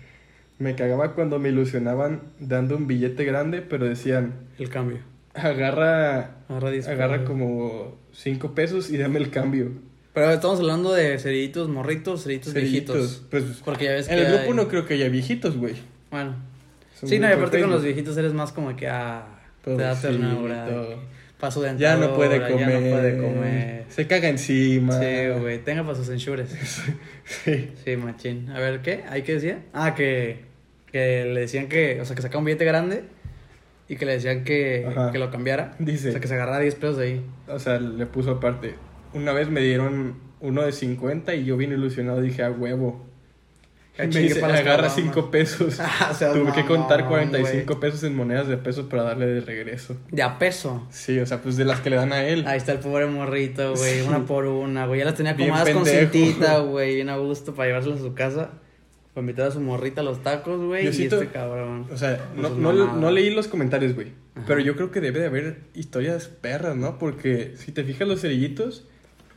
Speaker 1: Me cagaba cuando me ilusionaban dando un billete grande, pero decían,
Speaker 2: El cambio. pues,
Speaker 1: agarra,
Speaker 2: Agarra, diez
Speaker 1: agarra
Speaker 2: pesos.
Speaker 1: como 5 pesos y dame el cambio.
Speaker 2: Pero estamos hablando de cerillitos morritos, cerillitos,
Speaker 1: Cerillitos,
Speaker 2: viejitos.
Speaker 1: Pues,
Speaker 2: Porque ya ves que.
Speaker 1: en el grupo
Speaker 2: hay-
Speaker 1: no creo que haya viejitos, güey.
Speaker 2: Bueno.
Speaker 1: Son
Speaker 2: sí, no,
Speaker 1: muy
Speaker 2: y
Speaker 1: Pues
Speaker 2: aparte con
Speaker 1: porteños.
Speaker 2: los viejitos eres más como que. Ah, te da
Speaker 1: Pobrecito.
Speaker 2: ternura. de que Paso de
Speaker 1: Ya no
Speaker 2: dentadura,
Speaker 1: puede comer.
Speaker 2: Ya no puede comer.
Speaker 1: Se caga encima.
Speaker 2: Sí, güey. Tenga para sus ensures.
Speaker 1: Sí.
Speaker 2: Sí, machín. A ver, ¿qué? ¿Ahí qué decía? Ah, que, que le decían que, o sea, que sacaba un billete grande y que le decían que,
Speaker 1: Ajá.
Speaker 2: que lo cambiara.
Speaker 1: Dice.
Speaker 2: O sea, que se agarrara 10 pesos de ahí.
Speaker 1: O sea, le puso aparte. Una vez me dieron uno de 50 y yo bien ilusionado dije, a huevo.
Speaker 2: Ah,
Speaker 1: Y me
Speaker 2: chingue,
Speaker 1: dice,
Speaker 2: para las
Speaker 1: agarra
Speaker 2: caguamas".
Speaker 1: 5 pesos.
Speaker 2: Ah, seas
Speaker 1: Tuve que
Speaker 2: mamón,
Speaker 1: contar
Speaker 2: güey.
Speaker 1: 45 pesos en monedas de pesos para darle de regreso.
Speaker 2: De a peso.
Speaker 1: Sí, o sea, pues de las que le dan a él.
Speaker 2: Ahí está el pobre morrito, güey.
Speaker 1: Sí.
Speaker 2: Una por una, güey. Ya las tenía
Speaker 1: Bien
Speaker 2: acomodadas con
Speaker 1: pendejo.
Speaker 2: cintita, güey. Bien a gusto para llevárselas a su casa. Para invitar a su morrita a los tacos, güey.
Speaker 1: Yo
Speaker 2: Y
Speaker 1: siento-
Speaker 2: este cabrón.
Speaker 1: O sea, no,
Speaker 2: Pues
Speaker 1: no-
Speaker 2: mamada.
Speaker 1: no leí los comentarios, güey.
Speaker 2: Ajá.
Speaker 1: Pero yo creo que debe de haber historias perras, ¿no? Porque si te fijas los cerillitos,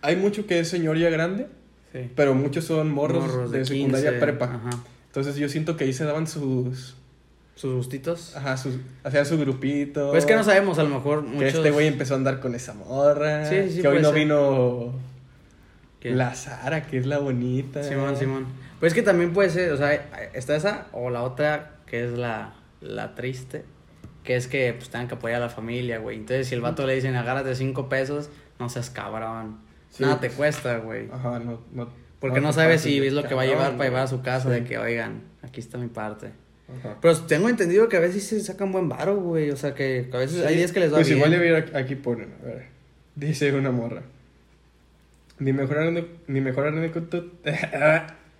Speaker 1: hay mucho que es señor ya grande,
Speaker 2: Sí.
Speaker 1: pero muchos son morros, de, secundaria
Speaker 2: 15,
Speaker 1: prepa.
Speaker 2: Ajá.
Speaker 1: Entonces yo siento que ahí se daban sus...
Speaker 2: Sus gustitos.
Speaker 1: Ajá, sus, hacían su grupito.
Speaker 2: Pues que no sabemos, a lo mejor
Speaker 1: Ah, Que
Speaker 2: muchos.
Speaker 1: este güey empezó a andar con esa morra.
Speaker 2: Sí, sí,
Speaker 1: que hoy
Speaker 2: puede
Speaker 1: no
Speaker 2: ser.
Speaker 1: vino
Speaker 2: que-
Speaker 1: la Sara, que es la bonita.
Speaker 2: Simón, Simón. Pues es que también puede ser, o sea, está esa o la otra que es la, la triste, que es que pues tengan que apoyar a la familia, güey. Entonces, si el vato le dicen agárrate cinco pesos, no seas cabrón.
Speaker 1: Sí,
Speaker 2: Nada te
Speaker 1: pues.
Speaker 2: cuesta, güey.
Speaker 1: Ajá, no... no
Speaker 2: Porque no,
Speaker 1: te
Speaker 2: sabes
Speaker 1: pases
Speaker 2: si
Speaker 1: de
Speaker 2: es lo que va a llevar
Speaker 1: cabrón,
Speaker 2: para llevar a
Speaker 1: güey.
Speaker 2: su casa,
Speaker 1: Sí.
Speaker 2: de que, oigan, aquí está mi parte.
Speaker 1: Ajá.
Speaker 2: Pero tengo entendido que a veces se sacan buen varo, güey. O sea, que a veces hay días que les va
Speaker 1: Pues
Speaker 2: bien.
Speaker 1: igual ya ver aquí- aquí ponen, a ver. Dice una morra. Mi mejor ane- mi mejor anécdota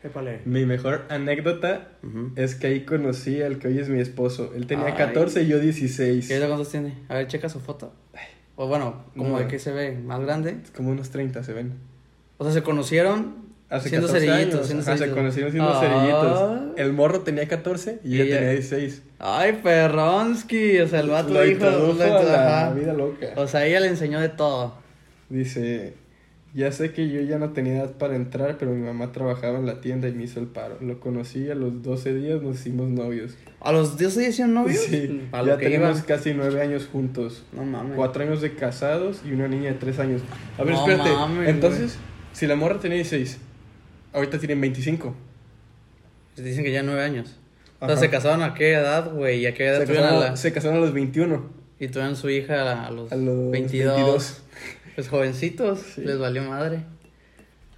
Speaker 2: Épale.
Speaker 1: mi mejor anécdota
Speaker 2: Ujú.
Speaker 1: es que ahí conocí al que hoy es mi esposo. Él tenía
Speaker 2: Ay.
Speaker 1: 14 y yo
Speaker 2: ¿Y ahorita
Speaker 1: 16.
Speaker 2: cuántos tiene? A ver, checa su foto. O bueno, como
Speaker 1: No.
Speaker 2: de qué se ve, más grande.
Speaker 1: Como unos 30 se ven.
Speaker 2: O sea, se conocieron
Speaker 1: Hace
Speaker 2: siendo
Speaker 1: 14
Speaker 2: cerillitos,
Speaker 1: años.
Speaker 2: siendo
Speaker 1: Ajá, se
Speaker 2: cerillitos.
Speaker 1: conocieron siendo
Speaker 2: Ah.
Speaker 1: cerillitos. El morro tenía 14 y,
Speaker 2: Y
Speaker 1: ella
Speaker 2: ella-
Speaker 1: tenía 16.
Speaker 2: Ay, perronski, o sea, el vato
Speaker 1: Lo
Speaker 2: dijo,
Speaker 1: introdujo
Speaker 2: lo
Speaker 1: a
Speaker 2: introdujo,
Speaker 1: la
Speaker 2: ajá.
Speaker 1: vida loca.
Speaker 2: O sea, ella le enseñó de todo.
Speaker 1: Dice, ya sé que yo ya no tenía edad para entrar, pero mi mamá trabajaba en la tienda y me hizo el paro. Lo conocí a los 12 días, nos hicimos novios.
Speaker 2: A los 10 se hicieron novios. Mm.
Speaker 1: Sí,
Speaker 2: a
Speaker 1: ya
Speaker 2: lo que
Speaker 1: tenemos
Speaker 2: iba.
Speaker 1: casi 9 años juntos.
Speaker 2: No mames.
Speaker 1: 4 años de casados y una niña de 3 años. A ver,
Speaker 2: No
Speaker 1: espérate.
Speaker 2: mames,
Speaker 1: Entonces, si la morra tenía 16, ahorita tienen 25.
Speaker 2: Pues Dicen que ya 9 años. O sea,
Speaker 1: Ajá.
Speaker 2: se casaron a qué edad, güey, y a qué edad
Speaker 1: Se
Speaker 2: tuvieron a
Speaker 1: casaron,
Speaker 2: la-
Speaker 1: se casaron a los 21.
Speaker 2: Y tuvieron su hija a los,
Speaker 1: A los
Speaker 2: 22.
Speaker 1: 22.
Speaker 2: Pues jovencitos,
Speaker 1: Sí.
Speaker 2: les valió madre.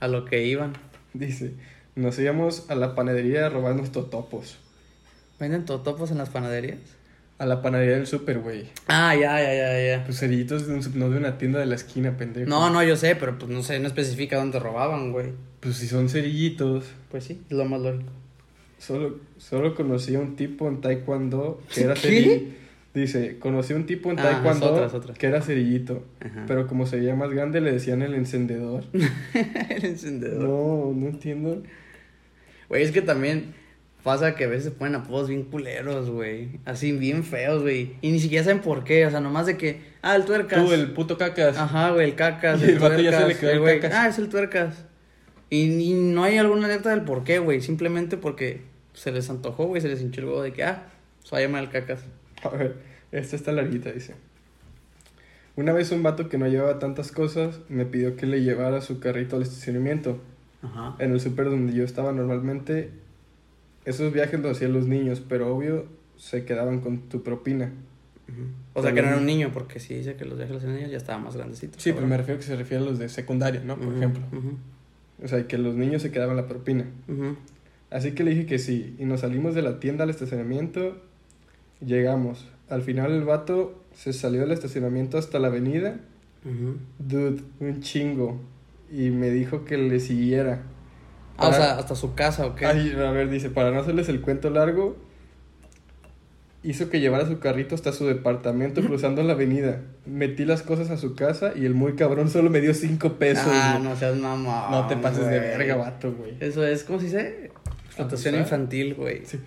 Speaker 2: A lo que iban.
Speaker 1: Dice, nos íbamos a la panadería a robar nuestros topos.
Speaker 2: ¿Venden totopos en las panaderías?
Speaker 1: A la panadería del super, güey.
Speaker 2: Ah, ya, ya, ya, ya.
Speaker 1: Pues cerillitos de un sup- no de una tienda de la esquina, pendejo.
Speaker 2: No, no, yo sé, pero pues no sé, no especifica dónde robaban, güey.
Speaker 1: Pues si son cerillitos.
Speaker 2: Pues sí, es lo más lógico.
Speaker 1: Solo, solo conocí a un tipo en Taekwondo que era
Speaker 2: ¿Qué?
Speaker 1: cerillito. Dice, conocí a un tipo en
Speaker 2: Ah,
Speaker 1: Taekwondo
Speaker 2: es otra, es otra.
Speaker 1: que era cerillito.
Speaker 2: Ajá.
Speaker 1: Pero como se veía más grande, le decían el encendedor.
Speaker 2: El encendedor.
Speaker 1: no, no entiendo.
Speaker 2: Güey, es que también pasa que a veces se ponen apodos bien culeros, güey. Así bien feos, güey. Y ni siquiera saben por qué. O sea, nomás de que, ah, el tuercas.
Speaker 1: Tú, el puto cacas.
Speaker 2: Ajá, güey, el cacas.
Speaker 1: Y
Speaker 2: El,
Speaker 1: el vato ya se
Speaker 2: tuercas.
Speaker 1: le quedó el
Speaker 2: güey,
Speaker 1: cacas.
Speaker 2: Ah, es el tuercas. Y, y no hay alguna alerta del por qué, güey. Simplemente porque se les pues, antojó, güey. Se les hinchó el huevo de que, ah, se va a llamar el cacas.
Speaker 1: A ver, esta está larguita, dice. Una vez un vato que no llevaba tantas cosas me pidió que le llevara su carrito al estacionamiento.
Speaker 2: Ajá.
Speaker 1: En el súper donde yo estaba normalmente, esos viajes los hacían los niños, pero obvio se quedaban con tu propina.
Speaker 2: Ujú. O sea, que no era un niño, porque sí dice que los viajes de los niños ya estaba más grandecito.
Speaker 1: Sí, pero
Speaker 2: cabrón.
Speaker 1: me refiero que se refiere a los de secundaria, ¿no? Por
Speaker 2: Ujú,
Speaker 1: ejemplo.
Speaker 2: ujú,
Speaker 1: O sea, que los niños se quedaban la propina.
Speaker 2: ujú.
Speaker 1: Así que le dije que sí, y nos salimos de la tienda al estacionamiento. Llegamos. Al final el vato se salió del estacionamiento hasta la avenida.
Speaker 2: Ujú.
Speaker 1: Dude, un chingo. Y me dijo que le siguiera.
Speaker 2: Ah, o
Speaker 1: Para-
Speaker 2: sea, hasta su casa o qué.
Speaker 1: Ay, a ver, dice, para no hacerles el cuento largo, hizo que llevara su carrito hasta su departamento cruzando la avenida. Metí las cosas a su casa y el muy cabrón solo me dio cinco pesos.
Speaker 2: ah,
Speaker 1: güey.
Speaker 2: no seas mamón.
Speaker 1: No te pases de
Speaker 2: güey.
Speaker 1: verga, vato, güey.
Speaker 2: Eso es, ¿cómo se dice? Explotación
Speaker 1: ¿Abusar?
Speaker 2: infantil, güey.
Speaker 1: Sí.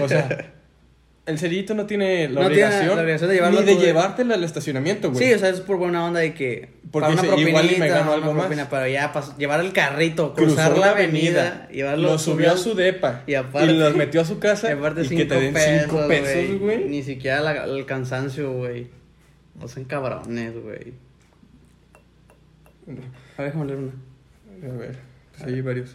Speaker 1: O sea, el cerillito no tiene la
Speaker 2: No tiene la
Speaker 1: obligación,
Speaker 2: obligación de llevarlo
Speaker 1: ni de
Speaker 2: tú, güey.
Speaker 1: llevártela al estacionamiento, güey.
Speaker 2: Sí, o sea, es por buena onda de que.
Speaker 1: Porque dice, igual y me gano algo
Speaker 2: una
Speaker 1: más.
Speaker 2: propina, pero ya pas- llevar el carrito,
Speaker 1: Cruzó
Speaker 2: cruzar la avenida, llevarlo.
Speaker 1: lo subió a su depa
Speaker 2: y aparte-
Speaker 1: los metió a su
Speaker 2: Y
Speaker 1: casa
Speaker 2: aparte
Speaker 1: y
Speaker 2: cinco
Speaker 1: que te den cinco pesos, güey.
Speaker 2: Ni siquiera la- el cansancio, güey. No sean cabrones, güey. A ver, déjame leer una.
Speaker 1: A ver, pues hay varios.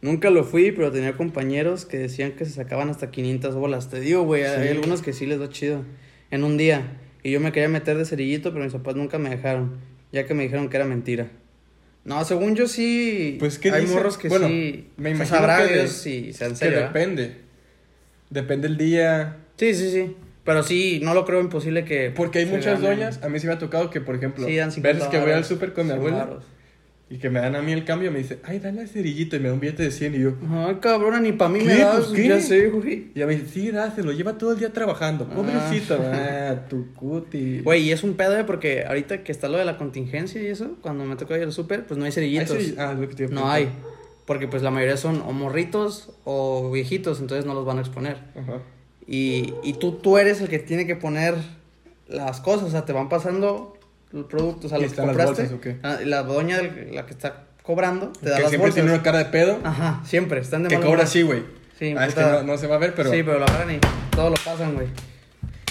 Speaker 2: Nunca lo fui, pero tenía compañeros que decían que se sacaban hasta 500 bolas. Te digo, güey, hay
Speaker 1: Sí.
Speaker 2: algunos que sí les da chido. En un día. Y yo me quería meter de cerillito, pero mis papás nunca me dejaron. Ya que me dijeron que era mentira. No, según yo sí.
Speaker 1: Pues, ¿qué
Speaker 2: Hay
Speaker 1: dice?
Speaker 2: morros que
Speaker 1: Bueno,
Speaker 2: sí.
Speaker 1: me
Speaker 2: o sea,
Speaker 1: imagino
Speaker 2: sabrá
Speaker 1: que
Speaker 2: Dios
Speaker 1: de-
Speaker 2: si sean
Speaker 1: Que
Speaker 2: serios, ¿verdad?
Speaker 1: depende. Depende el día.
Speaker 2: Sí, sí, sí. Pero sí, no lo creo imposible que.
Speaker 1: Porque hay
Speaker 2: se
Speaker 1: muchas
Speaker 2: ganen.
Speaker 1: doñas, a mí sí me ha tocado que, por ejemplo,
Speaker 2: Sí, dan 50
Speaker 1: veces que voy al
Speaker 2: varos,
Speaker 1: súper con mi
Speaker 2: 100
Speaker 1: abuela
Speaker 2: varos.
Speaker 1: y que me dan a mí el cambio, me dice, ay, dale al cerillito y me da un billete de 100 y yo,
Speaker 2: Ay, cabrona, ni para mí
Speaker 1: ¿Qué?
Speaker 2: me das.
Speaker 1: Pues, ¿qué?
Speaker 2: Ya sé, güey.
Speaker 1: Y a mí, sí, dáselo, lleva todo el día trabajando. Pobrecito. Ah, tu cuti.
Speaker 2: Güey, y es un pedo, eh, porque ahorita que está lo de la contingencia y eso, cuando me tocó ir al súper, pues no hay
Speaker 1: Ay,
Speaker 2: cerillitos.
Speaker 1: sí, ah, es lo que te iba a
Speaker 2: no
Speaker 1: preguntar.
Speaker 2: hay. Porque pues la mayoría son o morritos o viejitos, entonces no los van a exponer.
Speaker 1: Ajá.
Speaker 2: Y, y tú, tú eres el que tiene que poner las cosas, o sea, te van pasando los productos, o sea,
Speaker 1: ¿Y
Speaker 2: los que
Speaker 1: están las
Speaker 2: compraste.
Speaker 1: bolsas o qué?
Speaker 2: Ah, La, doña, del- la que está cobrando, te da
Speaker 1: que
Speaker 2: las
Speaker 1: siempre
Speaker 2: bolsas.
Speaker 1: tiene una cara de pedo.
Speaker 2: Ajá, siempre, están de
Speaker 1: que
Speaker 2: mal
Speaker 1: cobra
Speaker 2: humor.
Speaker 1: así, güey.
Speaker 2: Sí,
Speaker 1: Ah, es que
Speaker 2: puta.
Speaker 1: no, no se va a ver, pero.
Speaker 2: Sí, pero lo agarran y todo lo pasan, güey.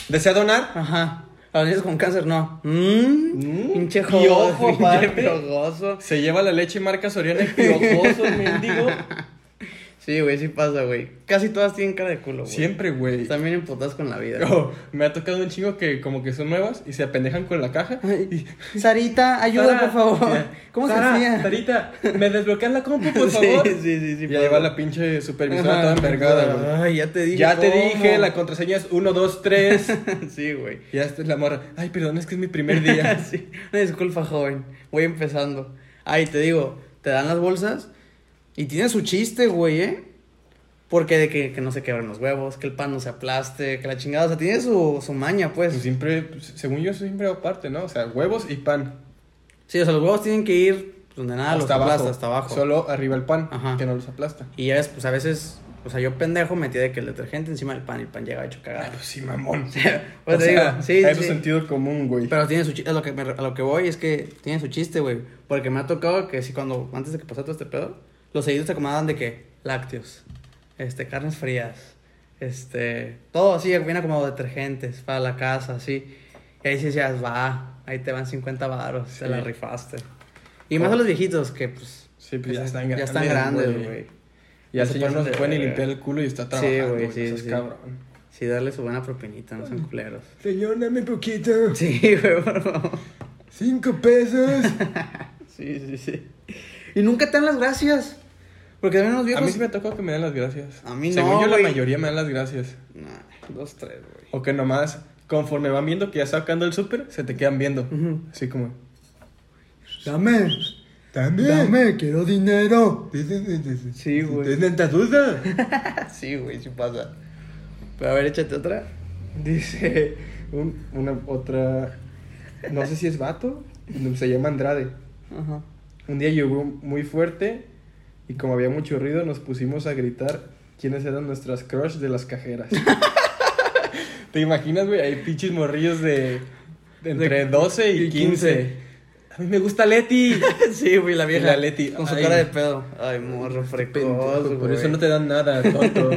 Speaker 1: ¿Desea donar?
Speaker 2: Ajá. A los niños con cáncer, no. Mmm.
Speaker 1: Mm,
Speaker 2: Pinche
Speaker 1: piojo,
Speaker 2: jojo, pinche
Speaker 1: aparte.
Speaker 2: piojoso.
Speaker 1: Se lleva la leche marca Soriana y piojoso, mendigo.
Speaker 2: Sí, güey, sí pasa, güey. Casi todas tienen cara de culo, güey.
Speaker 1: Siempre, güey.
Speaker 2: Están bien emputadas con la vida.
Speaker 1: Oh, me ha tocado un chingo que como que son nuevas y se apendejan con la caja.
Speaker 2: Ay, Sarita, ayuda,
Speaker 1: Sara,
Speaker 2: por favor.
Speaker 1: ya.
Speaker 2: ¿Cómo
Speaker 1: Sara,
Speaker 2: se hacía?
Speaker 1: Sarita, ¿me desbloqueas la compu, por favor?
Speaker 2: Sí, sí, sí. sí
Speaker 1: Y
Speaker 2: pasa.
Speaker 1: ahí va la pinche supervisora
Speaker 2: Ajá.
Speaker 1: toda envergada, güey.
Speaker 2: Ay, ya te dije.
Speaker 1: Ya te
Speaker 2: cómo.
Speaker 1: dije, la contraseña es 1, 2, 3.
Speaker 2: sí, güey.
Speaker 1: Y esta es la morra. Ay, perdón, es que es mi primer día.
Speaker 2: Sí, una disculpa, joven. Voy empezando. Ay, te digo, te dan las bolsas y tiene su chiste, güey, ¿eh? Porque de que, que no se quebren los huevos, que el pan no se aplaste, que la chingada, o sea, tiene su, su maña, pues.
Speaker 1: Pues siempre, pues, según yo, siempre aparte, ¿no? O sea, huevos y pan.
Speaker 2: Sí, o sea, los huevos tienen que ir donde nada Ah, los aplasta, hasta abajo.
Speaker 1: Solo arriba el pan,
Speaker 2: Ajá.
Speaker 1: que no los aplasta.
Speaker 2: Y ya ves, pues a veces, o sea, yo pendejo metía de que el detergente encima del pan y el pan llegaba hecho
Speaker 1: Ah,
Speaker 2: cagado.
Speaker 1: pues sí, mamón.
Speaker 2: Pues te digo, sí,
Speaker 1: hay
Speaker 2: sí,
Speaker 1: un
Speaker 2: sí.
Speaker 1: sentido común, güey.
Speaker 2: Pero tiene su chiste, a lo que, me re- a lo que voy es que tiene su chiste, güey. Porque me ha tocado que si cuando, antes de que pasara todo este pedo, los seguidos te acomodaban de que lácteos, este, carnes frías, este, todo así, viene como detergentes para la casa, así. Y ahí sí decías, va, ahí te van 50 varos, te
Speaker 1: Sí. Oh.
Speaker 2: la rifaste. Y más a los viejitos que, pues,
Speaker 1: Sí, pues ya
Speaker 2: que
Speaker 1: están
Speaker 2: ya están
Speaker 1: grandes,
Speaker 2: grandes,
Speaker 1: güey.
Speaker 2: güey.
Speaker 1: y al
Speaker 2: no se
Speaker 1: señor no
Speaker 2: pasan
Speaker 1: se
Speaker 2: de
Speaker 1: puede ni
Speaker 2: verga.
Speaker 1: limpiar el culo y está
Speaker 2: Sí,
Speaker 1: trabajando,
Speaker 2: güey,
Speaker 1: güey.
Speaker 2: sí,
Speaker 1: eso es
Speaker 2: sí.
Speaker 1: cabrón.
Speaker 2: Sí, darle su buena propinita, no sean culeros.
Speaker 1: Señor, dame poquito.
Speaker 2: Sí, güey, por favor.
Speaker 1: Cinco pesos.
Speaker 2: Sí, sí, sí. Y nunca te dan las gracias. Porque también los
Speaker 1: a
Speaker 2: viejos.
Speaker 1: mí sí me tocó que me den las gracias.
Speaker 2: A mí no,
Speaker 1: Según yo,
Speaker 2: güey.
Speaker 1: la mayoría me dan las gracias.
Speaker 2: Nah, dos, tres, güey.
Speaker 1: O que nomás, conforme van viendo que ya está sacando el súper, se te quedan viendo.
Speaker 2: Ujú.
Speaker 1: Así como...
Speaker 2: Dame.
Speaker 1: quiero dinero.
Speaker 2: Sí, güey.
Speaker 1: ¿Tienes tanta duda?
Speaker 2: sí, güey, sí pasa. Pero a ver, échate otra.
Speaker 1: Dice un- una otra. No sé si es vato. Se llama Andrade.
Speaker 2: Ajá.
Speaker 1: Un día llegó muy fuerte y como había mucho ruido, nos pusimos a gritar quiénes eran nuestras crush de las cajeras. ¿Te imaginas, güey? Hay pinches morrillos de, de entre
Speaker 2: De-
Speaker 1: 12 y
Speaker 2: y
Speaker 1: 15. A mí me gusta Leti.
Speaker 2: sí, güey, la vieja.
Speaker 1: Y la Leti,
Speaker 2: Con su
Speaker 1: ay. Este
Speaker 2: cara de pedo. Ay, morro,
Speaker 1: Pendejo,
Speaker 2: precoz, güey.
Speaker 1: Por eso no te dan nada, tonto.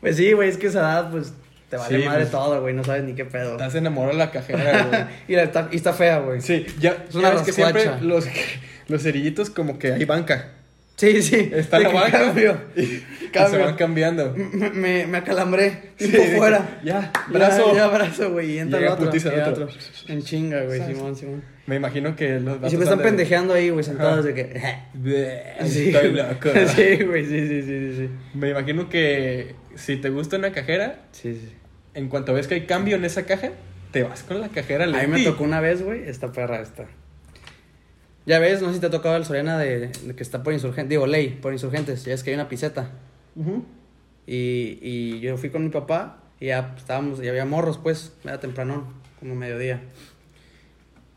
Speaker 2: Pues sí, güey, es que esa edad, pues, te te vale
Speaker 1: Sí,
Speaker 2: madre
Speaker 1: pues.
Speaker 2: todo, güey, no sabes ni qué pedo.
Speaker 1: Estás enamorado de la cajera, güey.
Speaker 2: y, la está, y está fea, güey.
Speaker 1: Sí, ya,
Speaker 2: Es
Speaker 1: ya
Speaker 2: una
Speaker 1: ves que siempre
Speaker 2: rascuacha.
Speaker 1: los, los cerillitos como que hay banca.
Speaker 2: sí. sí.
Speaker 1: Está
Speaker 2: De
Speaker 1: la
Speaker 2: que
Speaker 1: banca
Speaker 2: cambio.
Speaker 1: y, y se
Speaker 2: Cambio.
Speaker 1: van cambiando.
Speaker 2: Me, me, me acalambré.
Speaker 1: Sí,
Speaker 2: Tiempo
Speaker 1: de-
Speaker 2: fuera.
Speaker 1: Ya,
Speaker 2: Ya,
Speaker 1: brazo.
Speaker 2: Ya, brazo, güey. Y entra
Speaker 1: Llega
Speaker 2: el otro.
Speaker 1: putiza el
Speaker 2: llega
Speaker 1: otro.
Speaker 2: En chinga, güey,
Speaker 1: ¿Sabes?
Speaker 2: Simón, Simón.
Speaker 1: Me imagino que los
Speaker 2: Y
Speaker 1: vatos
Speaker 2: siempre están
Speaker 1: han de-
Speaker 2: pendejeando ahí, güey, sentados
Speaker 1: Ajá.
Speaker 2: de que. "Eh".
Speaker 1: Bleh,
Speaker 2: Sí,
Speaker 1: Estoy
Speaker 2: güey.
Speaker 1: loco. ¿verdad?
Speaker 2: Sí, güey, sí, sí, sí, sí, sí.
Speaker 1: Me imagino que si te gusta una cajera,
Speaker 2: Sí, sí.
Speaker 1: en cuanto ves que hay cambio en esa caja, te vas con la cajera
Speaker 2: A mí me
Speaker 1: lenti.
Speaker 2: tocó una vez, güey, esta perra esta. Ya ves, no sé si te ha tocado el Soriana de, de que está por insurgentes, digo, ley, por insurgentes, ya es que hay una piseta.
Speaker 1: Ujú.
Speaker 2: Y, y yo fui con mi papá y ya estábamos, ya había morros, pues, era temprano, como mediodía.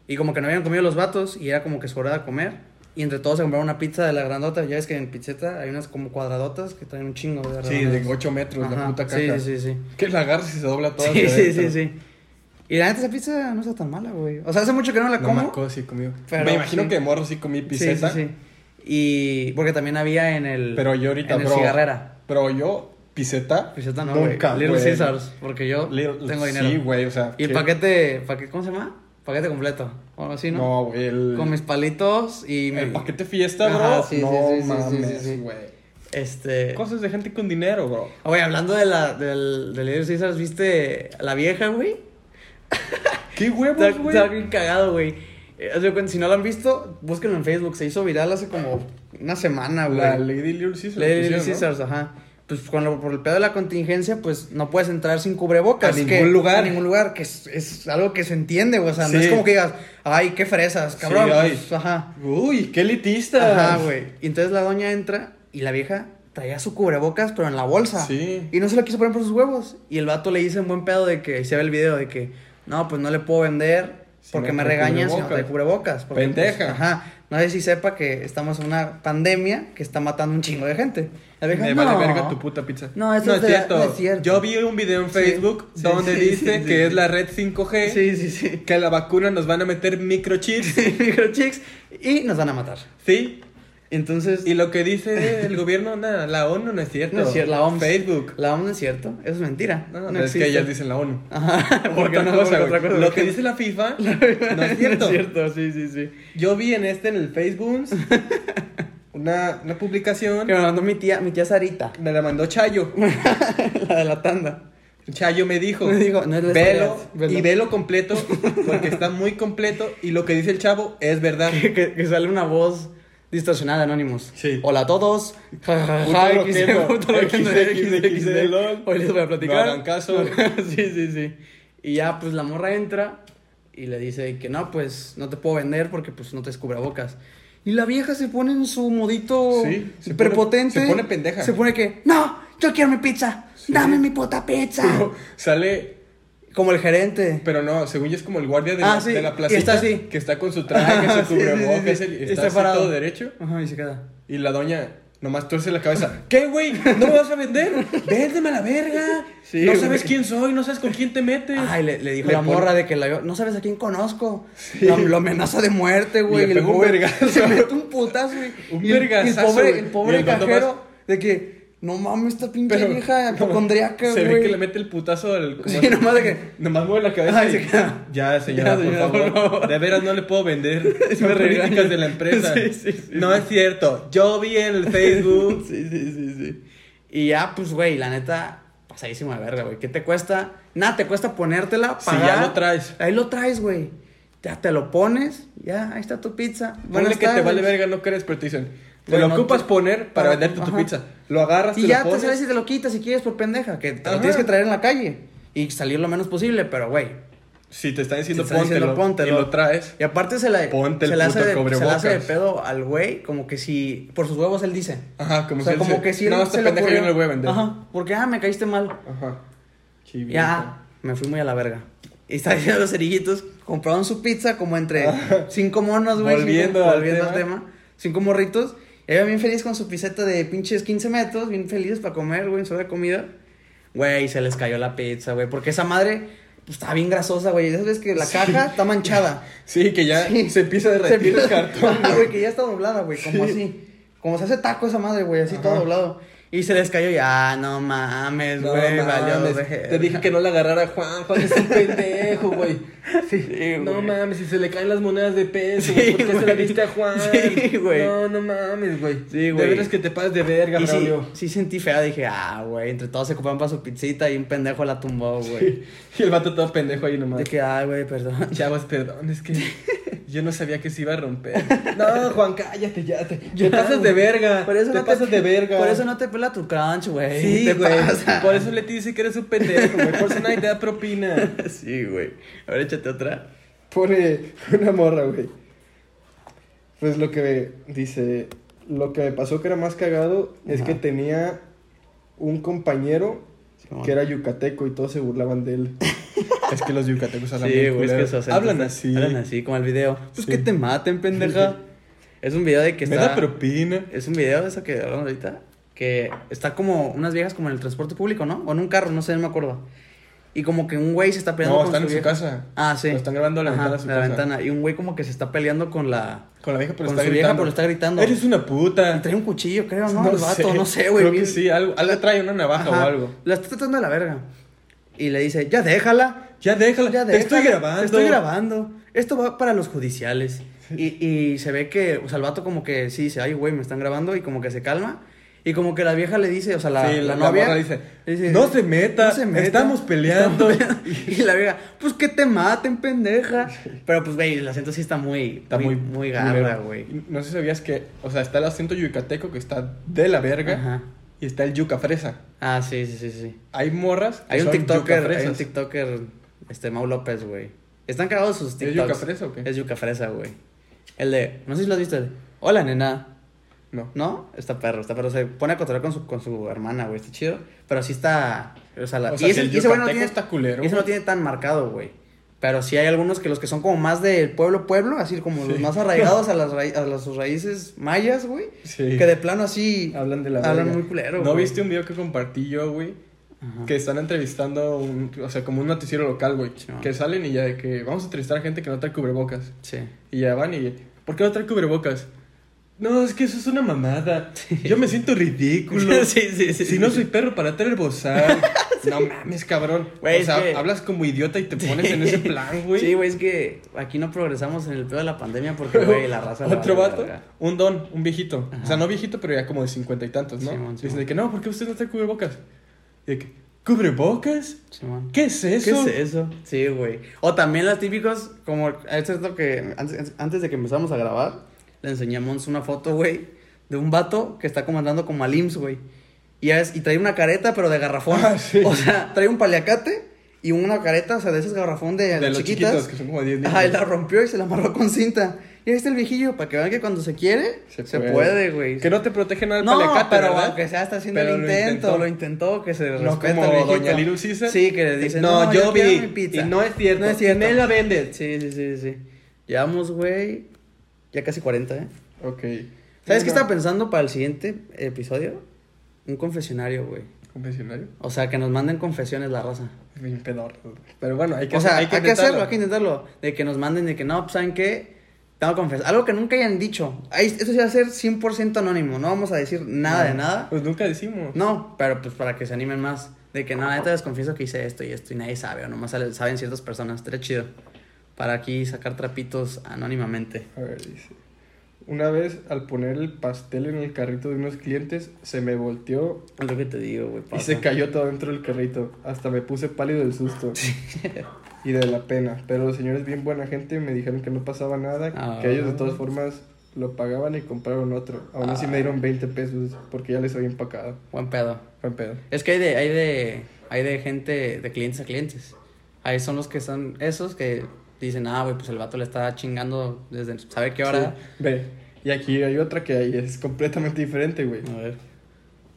Speaker 2: Y como que no habían comido los vatos y era como que su hora de comer. Y entre todos se compraron una pizza de la grandota. Ya ves que en pizzeta hay unas como cuadradotas que traen un chingo de
Speaker 1: Sí, de 8 metros la
Speaker 2: Ajá,
Speaker 1: puta
Speaker 2: sí,
Speaker 1: caja.
Speaker 2: Sí, sí, sí.
Speaker 1: Que la agarras y se dobla todo.
Speaker 2: Sí,
Speaker 1: hacia
Speaker 2: sí,
Speaker 1: adentro.
Speaker 2: sí, sí. Y la neta, esa pizza no está tan mala, güey. O sea, hace mucho que no la
Speaker 1: No me
Speaker 2: como.
Speaker 1: acuerdo si comió.
Speaker 2: Pero
Speaker 1: me imagino
Speaker 2: sí.
Speaker 1: que de morro sí comí
Speaker 2: Sí, sí,
Speaker 1: piseta.
Speaker 2: sí. Y porque también había en el.
Speaker 1: Pero yo ahorita,
Speaker 2: En el
Speaker 1: bro.
Speaker 2: cigarrera.
Speaker 1: Pero yo, piseta.
Speaker 2: Piseta no, güey.
Speaker 1: nunca,
Speaker 2: Little
Speaker 1: güey.
Speaker 2: Caesars. Porque yo
Speaker 1: Little-
Speaker 2: tengo dinero.
Speaker 1: Sí, güey, o sea.
Speaker 2: Y el
Speaker 1: ¿qué?
Speaker 2: paquete, paquete, ¿cómo se llama? Paquete completo. O algo así, ¿no?
Speaker 1: No, güey. El,
Speaker 2: Con mis palitos y mi-
Speaker 1: el paquete fiesta, bro.
Speaker 2: Ajá, sí, sí,
Speaker 1: no
Speaker 2: sí, sí, sí, sí, sí.
Speaker 1: mames, güey.
Speaker 2: Este.
Speaker 1: Cosas de gente con dinero, bro.
Speaker 2: Oye, hablando de la, del, del Little Caesars, ¿viste a la vieja, güey?
Speaker 1: ¿Qué
Speaker 2: Está,
Speaker 1: huevos, güey?
Speaker 2: está bien cagado, güey. Eh, haz de cuenta, Si no lo han visto, búsquenlo en Facebook. Se hizo viral hace como una semana, güey.
Speaker 1: La Ah, Lady Little Caesars.
Speaker 2: Lady
Speaker 1: pusieron,
Speaker 2: Little
Speaker 1: ¿no?
Speaker 2: Caesars, ajá. Pues con lo- por el pedo de la contingencia, pues no puedes entrar sin cubrebocas.
Speaker 1: A
Speaker 2: que-
Speaker 1: ningún lugar.
Speaker 2: A ningún lugar, que es, es algo que se entiende, güey. O sea, no
Speaker 1: Sí.
Speaker 2: es como que digas, ay, qué fresas, cabrón.
Speaker 1: Sí, ay.
Speaker 2: pues, ajá.
Speaker 1: Uy, qué elitista.
Speaker 2: Ajá, güey. Y entonces la doña entra y la vieja traía su cubrebocas, pero en la bolsa.
Speaker 1: Sí.
Speaker 2: Y no se lo quiso poner por sus huevos. Y el vato le dice en buen pedo de que, ahí se ve el video de que, no, pues no le puedo vender
Speaker 1: Si
Speaker 2: porque
Speaker 1: no
Speaker 2: me
Speaker 1: trae
Speaker 2: regañas si no
Speaker 1: cubrebocas".
Speaker 2: trae cubrebocas. porque, pues,
Speaker 1: Pendeja.
Speaker 2: ajá. No sé si sepa que estamos en una pandemia que está matando un chingo de gente. La vieja,
Speaker 1: Me
Speaker 2: no.
Speaker 1: vale verga tu puta pizza.
Speaker 2: No, eso es de- no es cierto.
Speaker 1: Yo vi un video en
Speaker 2: Sí,
Speaker 1: Facebook
Speaker 2: sí,
Speaker 1: donde
Speaker 2: sí,
Speaker 1: dice
Speaker 2: sí,
Speaker 1: que
Speaker 2: sí.
Speaker 1: es la red 5G,
Speaker 2: Sí, sí, sí.
Speaker 1: que a la vacuna nos van a meter microchips,
Speaker 2: Microchicks. Y nos van a matar.
Speaker 1: ¿sí?
Speaker 2: Entonces.
Speaker 1: Y lo que dice el gobierno, nada, la ONU no es cierto.
Speaker 2: no es cierto, la OMS.
Speaker 1: Facebook.
Speaker 2: La OMS no es cierto. Eso es mentira.
Speaker 1: No, no, es que
Speaker 2: existe.
Speaker 1: ellas dicen la ONU.
Speaker 2: Ajá, porque
Speaker 1: Otra
Speaker 2: no
Speaker 1: cosa, güey.
Speaker 2: porque otra cosa.
Speaker 1: Lo que
Speaker 2: porque-
Speaker 1: dice la FIFA no es cierto.
Speaker 2: es cierto, sí, sí, sí.
Speaker 1: Yo vi en este, en el Facebook, una, una publicación,
Speaker 2: Que me mandó mi tía, mi tía Sarita,
Speaker 1: me la mandó Chayo.
Speaker 2: la de la tanda.
Speaker 1: Chayo me dijo,
Speaker 2: Me dijo, no es la
Speaker 1: velo,
Speaker 2: historia, velo".
Speaker 1: y velo completo, porque está muy completo y lo que dice el chavo es verdad.
Speaker 2: Que, que- que sale una voz distorsionada de Anonymous.
Speaker 1: Sí.
Speaker 2: Hola a todos. Ja, ja,
Speaker 1: Puto
Speaker 2: ja,
Speaker 1: loquendo.
Speaker 2: puto loquendo,
Speaker 1: XD,
Speaker 2: XD.
Speaker 1: lol.
Speaker 2: Hoy les voy a platicar.
Speaker 1: No hagan caso.
Speaker 2: sí, sí, sí. Y ya, pues la morra entra y le dice que no, pues no te puedo vender porque pues no te descubra bocas. Y la vieja se pone en su modito
Speaker 1: Sí, se pone-
Speaker 2: prepotente.
Speaker 1: se pone pendeja.
Speaker 2: Se pone que, no, yo quiero mi pizza. Dame mi puta pizza.
Speaker 1: Pero sale,
Speaker 2: Como el gerente.
Speaker 1: pero no, según yo es como el guardia de,
Speaker 2: Ah,
Speaker 1: la,
Speaker 2: sí,
Speaker 1: de la
Speaker 2: y
Speaker 1: placita,
Speaker 2: está así.
Speaker 1: que está con su traje,
Speaker 2: Ajá,
Speaker 1: su
Speaker 2: sí, sí, sí,
Speaker 1: cubrebocas,
Speaker 2: sí.
Speaker 1: el-
Speaker 2: Está
Speaker 1: está, así
Speaker 2: parado.
Speaker 1: todo derecho,
Speaker 2: Ajá, y se queda.
Speaker 1: y la doña nomás tuerce la cabeza. ¿Qué, güey? ¿No me vas a vender? Véndeme a la verga.
Speaker 2: Sí,
Speaker 1: no
Speaker 2: güey.
Speaker 1: sabes quién soy, no sabes con quién te metes.
Speaker 2: Ay, le, le dijo
Speaker 1: Le
Speaker 2: la
Speaker 1: pone-
Speaker 2: morra de que la vio, no sabes a quién conozco. La- lo amenaza de muerte, güey.
Speaker 1: Y le
Speaker 2: y el
Speaker 1: pegó un
Speaker 2: pobre-
Speaker 1: vergazo.
Speaker 2: Se mete un putazo, güey.
Speaker 1: Un
Speaker 2: Y el- y
Speaker 1: vergazazo,
Speaker 2: El pobre,
Speaker 1: güey.
Speaker 2: el
Speaker 1: Y
Speaker 2: pobre
Speaker 1: el vato
Speaker 2: cajero de que, no mames, esta pinche vieja hipocondriaca,
Speaker 1: Se
Speaker 2: güey.
Speaker 1: ve que le mete el putazo al. como
Speaker 2: Sí,
Speaker 1: así,
Speaker 2: nomás de que-
Speaker 1: Nomás mueve la cabeza.
Speaker 2: Ay,
Speaker 1: y-
Speaker 2: se queda.
Speaker 1: Ya, señora,
Speaker 2: Ya, señora,
Speaker 1: por, favor.
Speaker 2: por favor.
Speaker 1: De veras no le puedo vender.
Speaker 2: Sí,
Speaker 1: Son
Speaker 2: me regaña.
Speaker 1: políticas de la empresa.
Speaker 2: Sí, sí, sí.
Speaker 1: no es cierto. Yo vi en el Facebook.
Speaker 2: sí, sí, sí, sí. Y ya, pues, güey, la neta, pasadísimo de verga, güey. ¿Qué te cuesta? Nada, te cuesta ponértela,
Speaker 1: Si
Speaker 2: pagar.
Speaker 1: ya lo traes.
Speaker 2: Ahí lo traes, güey. Ya te lo pones, ya, ahí está tu pizza.
Speaker 1: Ponle
Speaker 2: Buenas
Speaker 1: que te
Speaker 2: tardes.
Speaker 1: vale verga, no crees, pero te dicen. Te
Speaker 2: Bueno,
Speaker 1: lo ocupas
Speaker 2: te-
Speaker 1: poner para
Speaker 2: para-
Speaker 1: venderte tu
Speaker 2: ajá.
Speaker 1: pizza. Lo agarras,
Speaker 2: Y
Speaker 1: te
Speaker 2: ya
Speaker 1: lo
Speaker 2: te
Speaker 1: pones.
Speaker 2: sales y te lo quitas si quieres por pendeja, que te
Speaker 1: Ajá.
Speaker 2: lo tienes que traer en la calle y salir lo menos posible, pero güey.
Speaker 1: Si te están diciendo,
Speaker 2: te están diciendo,
Speaker 1: póntelo, Y
Speaker 2: póntelo.
Speaker 1: lo traes.
Speaker 2: Y aparte se la,
Speaker 1: Ponte el
Speaker 2: se la hace
Speaker 1: puto
Speaker 2: de, se la hace de
Speaker 1: cubrebocas.
Speaker 2: pedo al güey, como que si por sus huevos él dice.
Speaker 1: Ajá, como
Speaker 2: o sea,
Speaker 1: si él
Speaker 2: como
Speaker 1: se-
Speaker 2: que si él
Speaker 1: No, esta
Speaker 2: se le
Speaker 1: pendeja yo
Speaker 2: ocurrió-
Speaker 1: no le voy a vender.
Speaker 2: Ajá, porque ah, me caíste mal.
Speaker 1: Ajá. Chivito.
Speaker 2: Ya, me fui muy a la verga. Y está diciendo los cerillitos, compraron su pizza como entre cinco monos, güey.
Speaker 1: Ah. Volviendo
Speaker 2: cinco-
Speaker 1: al
Speaker 2: volviendo al
Speaker 1: tema.
Speaker 2: tema. Cinco morritos. Y ella bien feliz con su pizzeta de pinches 15 metros, bien feliz para comer, güey, en su hora de comida. Güey, se les cayó la pizza, güey, porque esa madre pues, estaba bien grasosa, güey. Ya sabes que la caja está manchada. Ah,
Speaker 1: Sí, que ya
Speaker 2: Sí.
Speaker 1: se empieza a derretir el
Speaker 2: empieza-
Speaker 1: cartón.
Speaker 2: Ajá, güey, que ya está doblada, güey, como así. Como se hace taco esa madre, güey, así todo
Speaker 1: Ajá.
Speaker 2: doblado. Y se les cayó y, ah, no mames,
Speaker 1: No
Speaker 2: güey, valió
Speaker 1: mames,
Speaker 2: verga.
Speaker 1: Te dije que no la agarrara Juan, Juan es un pendejo, güey. Sí,
Speaker 2: Sí,
Speaker 1: no
Speaker 2: güey.
Speaker 1: mames, si se le caen las monedas de peso,
Speaker 2: Sí,
Speaker 1: güey, ¿por qué se la
Speaker 2: güey.
Speaker 1: diste a Juan?
Speaker 2: Sí, güey.
Speaker 1: No, no mames, güey.
Speaker 2: Sí,
Speaker 1: De
Speaker 2: güey.
Speaker 1: veras que te pases de verga,
Speaker 2: Y sí,
Speaker 1: Braulio.
Speaker 2: sí sentí feo, dije, ah, güey, entre todos se ocupaban para su pizzita y un pendejo la tumbó, güey.
Speaker 1: Y el vato todo pendejo ahí nomás.
Speaker 2: De que, ay, güey, perdón.
Speaker 1: Chavos, perdón, es que yo no sabía que se iba a romper. No, Juan, cállate, ya te, te pasas de verga.
Speaker 2: Por eso
Speaker 1: te
Speaker 2: no
Speaker 1: pasas de verga.
Speaker 2: Por eso no te pela tu crunch, güey.
Speaker 1: Sí,
Speaker 2: te
Speaker 1: güey.
Speaker 2: pasa.
Speaker 1: Por eso Leti dice que eres un pendejo, güey. Por eso nadie te da propina.
Speaker 2: Sí, güey. A ver, échate otra.
Speaker 1: Pone una morra, güey. Pues lo que dice, lo que me pasó que era más cagado es
Speaker 2: Ajá.
Speaker 1: que tenía un compañero
Speaker 2: Simón.
Speaker 1: que era yucateco y todos se burlaban de él. es que los yucatecos hablan
Speaker 2: Sí,
Speaker 1: muy
Speaker 2: güey, es que
Speaker 1: culero.
Speaker 2: eso hacen-
Speaker 1: Hablan así.
Speaker 2: Hablan así, como el video. Pues
Speaker 1: Sí.
Speaker 2: que te maten, pendeja. es un video de que
Speaker 1: Me
Speaker 2: está.
Speaker 1: da propina.
Speaker 2: Es un video de eso que hablamos ahorita. Que está como unas viejas como en el transporte público, ¿no? O en un carro, no sé, no me acuerdo. Y como que un güey se está peleando
Speaker 1: No,
Speaker 2: con
Speaker 1: están en
Speaker 2: su
Speaker 1: su
Speaker 2: vieja.
Speaker 1: casa.
Speaker 2: Ah, sí.
Speaker 1: Lo están grabando de la
Speaker 2: Ajá,
Speaker 1: ventana de su
Speaker 2: de la
Speaker 1: casa.
Speaker 2: ventana. Y un güey como que se está peleando con la.
Speaker 1: Con la vieja, pero
Speaker 2: Con
Speaker 1: está
Speaker 2: su vieja,
Speaker 1: gritando.
Speaker 2: pero está gritando.
Speaker 1: Eres una puta.
Speaker 2: Y trae un cuchillo, creo, ¿no? el vato, no sé, güey.
Speaker 1: Creo
Speaker 2: bien-
Speaker 1: que sí, algo, algo trae una navaja
Speaker 2: Ajá.
Speaker 1: o algo.
Speaker 2: La está tratando de la verga. Y le dice, ya déjala.
Speaker 1: Ya déjala,
Speaker 2: Ya
Speaker 1: te
Speaker 2: déjala,
Speaker 1: estoy grabando.
Speaker 2: Te estoy grabando. Esto va para los judiciales. Y, y se ve que, o sea, el vato como que sí dice, ay, güey, me están grabando. Y como que se calma. Y como que la vieja le dice, o sea, la,
Speaker 1: Sí, la
Speaker 2: la novia.
Speaker 1: morra le dice, "No se meta, estamos peleando".
Speaker 2: estamos peleando". y la vieja, pues que te maten, pendeja. Pero pues, güey, el acento sí está muy,
Speaker 1: Está muy,
Speaker 2: muy
Speaker 1: culero.
Speaker 2: garra, güey.
Speaker 1: No sé si sabías que, o sea, está el acento yucateco que está de la verga
Speaker 2: Ajá.
Speaker 1: y está el yuca fresa.
Speaker 2: Ah, sí, sí, sí, sí.
Speaker 1: Hay morras. que
Speaker 2: Hay un
Speaker 1: son
Speaker 2: TikToker, hay
Speaker 1: yucafresas.
Speaker 2: un TikToker, este, Mau López, güey. Están cagados sus
Speaker 1: ¿Es
Speaker 2: TikToks.
Speaker 1: yuca fresa o qué?
Speaker 2: Es yuca fresa, güey. El de, no sé si lo has visto, el de, hola, nena.
Speaker 1: No.
Speaker 2: ¿No? Está perro, está perro. Se pone a cotorrear con su, con su hermana, güey. Está chido. Pero sí está, o sea, la...
Speaker 1: O sea,
Speaker 2: y
Speaker 1: si
Speaker 2: ese,
Speaker 1: el
Speaker 2: y ese güey no
Speaker 1: yucateco
Speaker 2: tiene,
Speaker 1: está culero,
Speaker 2: y ese no tiene tan marcado, güey. Pero sí hay algunos que los que son como más del pueblo, pueblo, así como los
Speaker 1: Sí.
Speaker 2: más arraigados a las, ra- a las- sus raíces mayas, güey.
Speaker 1: Sí.
Speaker 2: Que de plano así
Speaker 1: Hablan de la
Speaker 2: hablan
Speaker 1: verga.
Speaker 2: muy culero,
Speaker 1: ¿No
Speaker 2: güey.
Speaker 1: viste un video que compartí yo, güey?
Speaker 2: Ajá.
Speaker 1: Que están entrevistando, un- o sea, como un noticiero local, güey.
Speaker 2: Sí, man.
Speaker 1: que salen y ya de que vamos a entrevistar a gente que no trae cubrebocas.
Speaker 2: Sí.
Speaker 1: Y ya van y, ¿por qué no trae cubrebocas? No, es que eso es una mamada. Yo me siento ridículo.
Speaker 2: sí, sí, sí.
Speaker 1: Si no soy perro para tener bozal. No mames, cabrón.
Speaker 2: Güey,
Speaker 1: o
Speaker 2: es
Speaker 1: sea,
Speaker 2: que-
Speaker 1: hablas como idiota y te pones en ese plan, güey.
Speaker 2: Sí, güey, es que aquí no progresamos en el pedo de la pandemia porque, güey, la raza. la
Speaker 1: Otro
Speaker 2: vale
Speaker 1: vato,
Speaker 2: verga.
Speaker 1: un don, un viejito. O sea, no viejito, pero ya como de cincuenta y tantos, ¿no?
Speaker 2: Simón,
Speaker 1: Dicen
Speaker 2: Simón.
Speaker 1: de que no, ¿por qué usted no trae cubrebocas? Y de que, ¿cubrebocas?
Speaker 2: Simón.
Speaker 1: ¿Qué es eso?
Speaker 2: ¿Qué es eso? Sí, güey. O también las típicos, como, esto es lo que, antes, antes de que empezamos a grabar, le enseñamos una foto, güey, de un vato que está comandando como al IMSS, güey. Y, es- y trae una careta, pero de garrafón.
Speaker 1: Ah, sí.
Speaker 2: O sea, trae un paliacate y una careta, o sea, de esos garrafón de,
Speaker 1: De
Speaker 2: las
Speaker 1: los
Speaker 2: chiquitas.
Speaker 1: chiquitos, que son como 10 niños.
Speaker 2: Ajá, y la rompió y se la amarró con cinta. Y ahí está el viejillo, para que vean que cuando se quiere, se, puede, güey.
Speaker 1: Que no te protege nada el
Speaker 2: No,
Speaker 1: paliacate,
Speaker 2: pero
Speaker 1: ¿verdad?
Speaker 2: aunque sea está haciendo
Speaker 1: Pero
Speaker 2: el
Speaker 1: lo
Speaker 2: intento,
Speaker 1: intentó.
Speaker 2: lo intentó, que se
Speaker 1: No
Speaker 2: respeta
Speaker 1: como
Speaker 2: el viejito.
Speaker 1: doña Little Caesar.
Speaker 2: Sí, que le dicen,
Speaker 1: No, yo
Speaker 2: quiero
Speaker 1: vi,
Speaker 2: mi pizza".
Speaker 1: y no es cierto.
Speaker 2: No es cierto.
Speaker 1: Me la vendes.
Speaker 2: Sí, sí, sí, sí. Llevamos, güey, ya casi 40, ¿eh?
Speaker 1: Ok.
Speaker 2: ¿Sabes
Speaker 1: No,
Speaker 2: qué
Speaker 1: no.
Speaker 2: estaba pensando para el siguiente episodio? Un confesionario, güey.
Speaker 1: ¿Confesionario?
Speaker 2: O sea, que nos manden confesiones la raza.
Speaker 1: Bien pedorro. Pero bueno, hay que,
Speaker 2: o sea, hay que, hacerlo,
Speaker 1: intentarlo.
Speaker 2: hay que intentarlo. De que nos manden, de que no, pues, ¿saben qué? Tengo que confesar. Algo que nunca hayan dicho. Ahí- Eso sí va a ser 100% anónimo. No vamos a decir nada de nada.
Speaker 1: Pues nunca decimos.
Speaker 2: No, pero pues para que se animen más. De que no, neta les confieso que hice esto y esto y nadie sabe, o nomás sale- saben ciertas personas. Estaría chido. Para aquí sacar trapitos anónimamente.
Speaker 1: A ver, dice. Una vez al poner el pastel en el carrito de unos clientes, se me volteó
Speaker 2: Es lo que te digo, güey.
Speaker 1: y
Speaker 2: pasa.
Speaker 1: se cayó todo dentro del carrito. Hasta me puse pálido del susto y de la pena. Pero los señores, bien buena gente, me dijeron que no pasaba nada,
Speaker 2: Ah.
Speaker 1: que ellos de todas formas lo pagaban y compraron otro. Aún así
Speaker 2: Ah.
Speaker 1: me dieron 20 pesos porque ya les había empacado.
Speaker 2: Buen pedo.
Speaker 1: Buen pedo.
Speaker 2: Es que hay de, hay de, hay de gente, de clientes a clientes. Ahí son los que son esos que dicen, ah, güey, pues el vato le está chingando desde sabe qué hora.
Speaker 1: Sí. Ve, y aquí hay otra que ahí es completamente diferente, güey.
Speaker 2: A ver.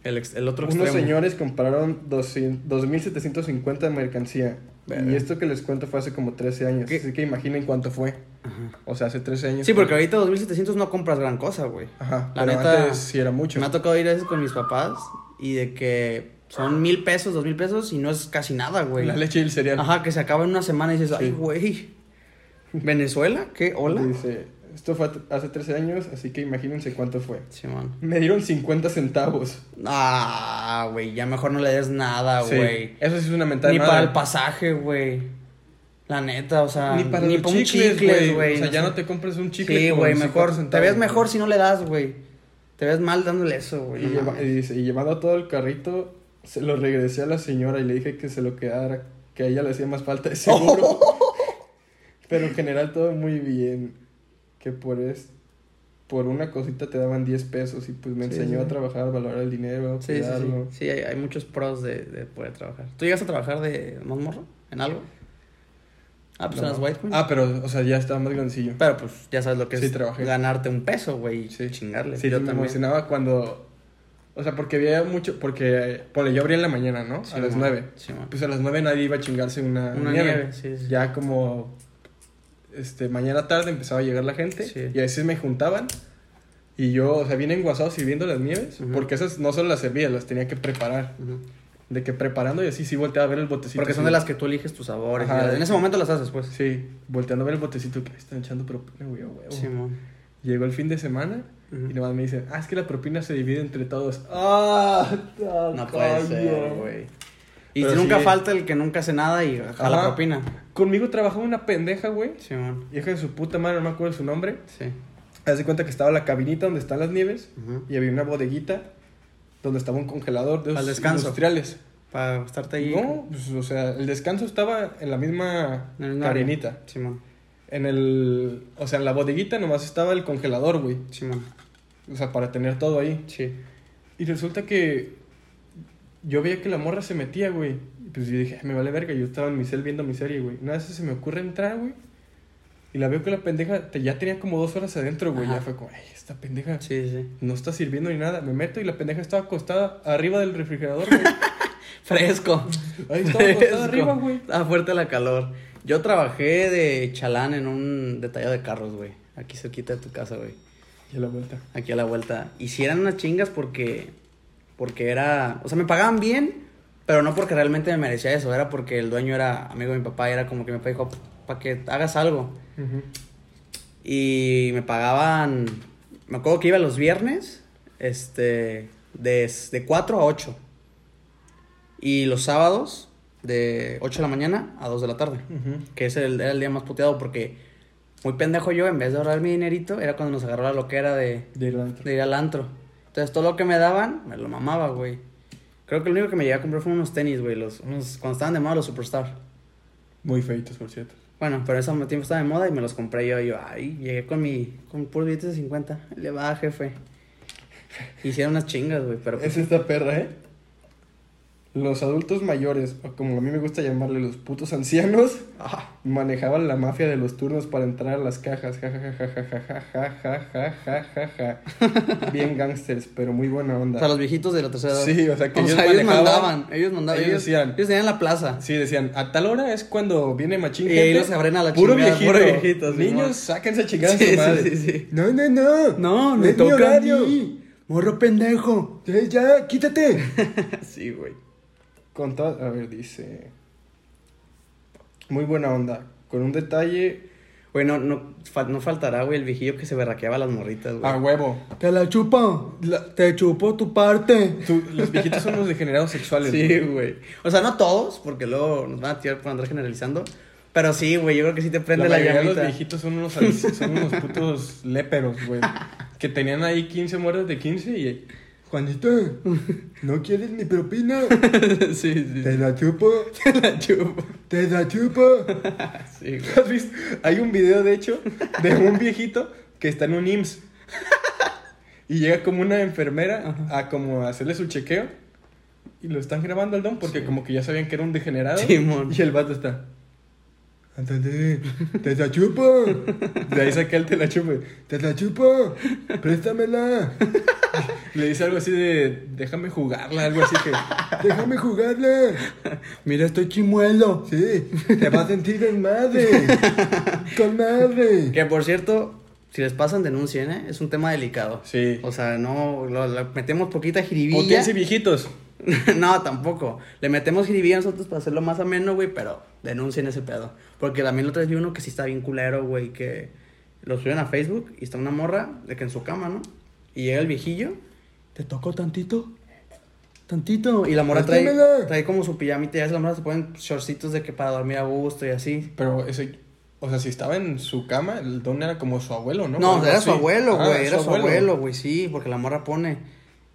Speaker 2: El, ex- el otro
Speaker 1: Unos
Speaker 2: extremo.
Speaker 1: señores compraron 200 2.750 de mercancía.
Speaker 2: Verga.
Speaker 1: Y esto que les cuento fue hace como 13 años.
Speaker 2: ¿Qué?
Speaker 1: Así que imaginen cuánto fue.
Speaker 2: Ajá.
Speaker 1: O sea, hace 13 años.
Speaker 2: Sí, porque ahorita 2700 no compras gran cosa, güey.
Speaker 1: Ajá,
Speaker 2: La
Speaker 1: pero
Speaker 2: neta-
Speaker 1: antes sí era mucho.
Speaker 2: Me ha tocado ir a veces con mis papás y de que son mil pesos, dos mil pesos y no es casi nada, güey.
Speaker 1: La leche y el cereal.
Speaker 2: Ajá, que se acaba en una semana y dices, ay,
Speaker 1: Sí.
Speaker 2: güey. ¿Venezuela? ¿Qué? ¿Hola?
Speaker 1: Dice, Esto fue hace 13 años, así que imagínense cuánto fue.
Speaker 2: Simón.
Speaker 1: Me dieron 50 centavos.
Speaker 2: Ah, güey, ya mejor no le des nada,
Speaker 1: Sí,
Speaker 2: Ah, güey.
Speaker 1: Eso sí es una mentada. de
Speaker 2: Ni para
Speaker 1: madre.
Speaker 2: el pasaje, güey. La neta, o sea,
Speaker 1: Ni para los
Speaker 2: un
Speaker 1: chicles,
Speaker 2: chicle,
Speaker 1: güey. O sea, ya
Speaker 2: sé.
Speaker 1: no te compres un chicle.
Speaker 2: Sí,
Speaker 1: con
Speaker 2: güey,
Speaker 1: 50
Speaker 2: mejor. Te
Speaker 1: centavos,
Speaker 2: ves
Speaker 1: güey.
Speaker 2: mejor si no le das, güey. Te ves mal dándole eso,
Speaker 1: Y,
Speaker 2: güey. no
Speaker 1: lleva-
Speaker 2: mames.
Speaker 1: y dice, y llevando todo el carrito, se lo regresé a la señora y le dije que se lo quedara, que a ella le hacía más falta de seguro. Pero en general todo muy bien. Que por es, por una cosita te daban 10 pesos y pues me
Speaker 2: Sí,
Speaker 1: enseñó
Speaker 2: sí.
Speaker 1: a trabajar, a valorar el dinero, a
Speaker 2: Sí, sí, sí.
Speaker 1: cuidarlo.
Speaker 2: Sí, hay, hay muchos pros de, de poder trabajar. ¿Tú llegas a trabajar de más morro? ¿En algo? Ah, pues en las
Speaker 1: No.
Speaker 2: White Queen.
Speaker 1: Ah, pero, o sea, ya estaba más gancillo.
Speaker 2: Pero pues ya sabes lo que
Speaker 1: Sí,
Speaker 2: es
Speaker 1: trabajé.
Speaker 2: ganarte un peso, güey. y
Speaker 1: Sí.
Speaker 2: Chingarle.
Speaker 1: Sí,
Speaker 2: yo
Speaker 1: me
Speaker 2: también.
Speaker 1: emocionaba cuando... O sea, porque había mucho... Porque, eh, ponle, yo abría en la mañana, ¿no?
Speaker 2: Sí,
Speaker 1: a las
Speaker 2: man.
Speaker 1: 9.
Speaker 2: Sí, man.
Speaker 1: Pues a las 9 nadie iba a chingarse una,
Speaker 2: Una nieve,
Speaker 1: nieve.
Speaker 2: sí, sí.
Speaker 1: Ya como este mañana tarde empezaba a llegar la gente
Speaker 2: Sí.
Speaker 1: y a veces me juntaban y yo, o sea, bien enguasado sirviendo las nieves,
Speaker 2: Ujú.
Speaker 1: porque esas no solo las servía, las tenía que preparar.
Speaker 2: Ujú.
Speaker 1: De que preparando y así sí volteaba a ver el botecito.
Speaker 2: Porque son
Speaker 1: así.
Speaker 2: de las que tú eliges tus sabores.
Speaker 1: Ajá,
Speaker 2: y la-
Speaker 1: de
Speaker 2: en ese
Speaker 1: que-
Speaker 2: momento las haces, pues.
Speaker 1: Sí, volteando a ver el botecito que "Ay, están echando propina, güey, a huevo".
Speaker 2: Sí, man.
Speaker 1: Llegó el fin de semana
Speaker 2: Ujú.
Speaker 1: y nomás me dicen, ah, es que la propina se divide entre todos. ¡Ah!
Speaker 2: No puede ser,
Speaker 1: coño!
Speaker 2: güey. Y
Speaker 1: Pero
Speaker 2: nunca
Speaker 1: sí.
Speaker 2: falta el que nunca hace nada y a la
Speaker 1: Ajá.
Speaker 2: propina.
Speaker 1: Conmigo trabajaba una pendeja, güey.
Speaker 2: Sí, man.
Speaker 1: Hija de su puta madre, no me acuerdo su nombre.
Speaker 2: Sí.
Speaker 1: Haz de cuenta que estaba la cabinita donde están las nieves
Speaker 2: Ujú.
Speaker 1: y había una bodeguita donde estaba un congelador de
Speaker 2: Al
Speaker 1: los
Speaker 2: descanso.
Speaker 1: industriales.
Speaker 2: Para estarte ahí.
Speaker 1: No, pues, o sea, el descanso estaba en la misma
Speaker 2: En el mismo área.
Speaker 1: cabinita.
Speaker 2: Simón,
Speaker 1: En el, o sea, en la bodeguita nomás estaba el congelador, güey.
Speaker 2: Simón.
Speaker 1: O sea, para tener todo ahí.
Speaker 2: Sí.
Speaker 1: Y resulta que yo veía que la morra se metía, güey. Y Pues yo dije, "Ay, me vale verga, yo estaba en mi cel viendo mi serie, güey. Una vez se me ocurre entrar, güey. Y la veo que la pendeja te- ya tenía como dos horas adentro, güey.
Speaker 2: Ajá.
Speaker 1: Ya fue como, ay, esta pendeja.
Speaker 2: Sí, sí.
Speaker 1: No está sirviendo ni nada. Me meto y la pendeja estaba acostada arriba del refrigerador, güey.
Speaker 2: Fresco.
Speaker 1: Ahí estaba acostada
Speaker 2: Fresco.
Speaker 1: arriba, güey.
Speaker 2: Estaba fuerte la calor. Yo trabajé de chalán en un detalle de carros, güey. Aquí cerquita de tu casa, güey.
Speaker 1: Y a la vuelta.
Speaker 2: Aquí a la vuelta. Y sí eran unas chingas porque. Porque era. O sea, me pagaban bien, pero no porque realmente me merecía eso. Era porque el dueño era amigo de mi papá y era como que mi papá dijo: para que hagas algo. Y me pagaban. Me acuerdo que iba los viernes. Este. De, de 4 a 8. Y los sábados. De 8 de la mañana a 2 de la tarde.
Speaker 1: Ujú.
Speaker 2: Que ese era el- era el día más puteado porque. Muy pendejo yo, en vez de ahorrar mi dinerito, era cuando nos agarró la loquera de,
Speaker 1: De ir adentro.
Speaker 2: de ir al antro. Entonces todo lo que me daban, me lo mamaba, güey. Creo que lo único que me llegué a comprar fueron unos tenis, güey. Los, unos, cuando estaban de moda los Superstar.
Speaker 1: Muy feitos, por cierto.
Speaker 2: Bueno, pero eso tiempo estaba de moda y me los compré yo. Y yo, ay, llegué con mi, con puros billetes de 50. Le va, jefe. Hicieron unas chingas, güey, pero... pues,
Speaker 1: Es esta perra, ¿eh? Los adultos mayores, o como a mí me gusta llamarle los putos ancianos,
Speaker 2: Ah,
Speaker 1: manejaban la mafia de los turnos para entrar a las cajas. Ja, ja, ja, ja, ja, ja, ja, ja, ja, ja, ja, ja. Bien gangsters, pero muy buena
Speaker 2: o sea,
Speaker 1: onda.
Speaker 2: los viejitos de la tercera edad.
Speaker 1: Sí, o sea, que
Speaker 2: O
Speaker 1: ellos
Speaker 2: sea, ellos
Speaker 1: manejaban,
Speaker 2: mandaban, ellos mandaban,
Speaker 1: ellos
Speaker 2: ellos,
Speaker 1: decían.
Speaker 2: ellos tenían la plaza.
Speaker 1: Sí, decían, a tal hora es cuando viene machín
Speaker 2: Y ahí
Speaker 1: gente.
Speaker 2: los abren a la
Speaker 1: Puro
Speaker 2: chingada,
Speaker 1: viejito.
Speaker 2: puro viejito, sí,
Speaker 1: Niños,
Speaker 2: mo.
Speaker 1: sáquense a chingar a
Speaker 2: Sí,
Speaker 1: su
Speaker 2: sí,
Speaker 1: madre.
Speaker 2: sí, sí.
Speaker 1: No, no, no.
Speaker 2: No, me
Speaker 1: es mi
Speaker 2: toca a
Speaker 1: horario.
Speaker 2: mí. Morro pendejo.
Speaker 1: Ya, ya, quítate.
Speaker 2: sí, güey.
Speaker 1: Con to- A ver, dice. Muy buena onda. Con un detalle.
Speaker 2: Güey, no, no, fal- no faltará, güey, el viejillo que se berraqueaba a las morritas, güey.
Speaker 1: A huevo.
Speaker 2: Te la chupo. Te chupo tu parte.
Speaker 1: Tú- los viejitos son los degenerados sexuales.
Speaker 2: Sí,
Speaker 1: güey.
Speaker 2: güey. O sea, no todos, porque luego nos van a tirar por andar generalizando. Pero sí, güey, yo creo que sí te prende la,
Speaker 1: mayoría de
Speaker 2: llamita.
Speaker 1: Los viejitos son unos, al- son unos putos léperos, güey. Que tenían ahí 15 muertos de 15 y. Juanita, ¿no quieres mi propina?
Speaker 2: sí, sí.
Speaker 1: Te la chupo,
Speaker 2: Te la chupo.
Speaker 1: te la chupo.
Speaker 2: Sí, güey.
Speaker 1: ¿Has visto? Hay un video, de hecho, de un viejito que está en un IMSS. Y llega como una enfermera a como hacerle su chequeo. Y lo están grabando al don porque como que ya sabían que era un degenerado.
Speaker 2: Simón.
Speaker 1: Y el vato está. "Ándale, Te la chupo. De ahí saca el te la chupo. Te la chupo. Préstamela. Le dice algo así de déjame jugarla, algo así que déjame jugarla.
Speaker 2: Mira, estoy chimuelo.
Speaker 1: Sí, te va a sentir en madre. Con madre.
Speaker 2: Que por cierto, si les pasan, denuncien, ¿eh? Es un tema delicado.
Speaker 1: Sí.
Speaker 2: O sea, no, lo, lo- metemos poquita jiribilla.
Speaker 1: Potencia viejitos.
Speaker 2: no, tampoco. Le metemos jiribilla nosotros para hacerlo más ameno, güey, pero denuncien ese pedo. Porque también lo traes vi uno que sí está bien culero, güey, que Lo suben a Facebook y está una morra de que en su cama, ¿no? Y llega el viejillo, te tocó tantito, tantito. Y la morra trae,
Speaker 1: Atiéndela.
Speaker 2: trae como su pijamita y a veces las morras se ponen shortcitos de que para dormir a gusto y así.
Speaker 1: Pero ese, o sea, si estaba en su cama, el don era como su abuelo, ¿no?
Speaker 2: No,
Speaker 1: Algo
Speaker 2: era
Speaker 1: así.
Speaker 2: su abuelo,
Speaker 1: Ah,
Speaker 2: güey, era su abuelo, güey, sí, porque la morra pone.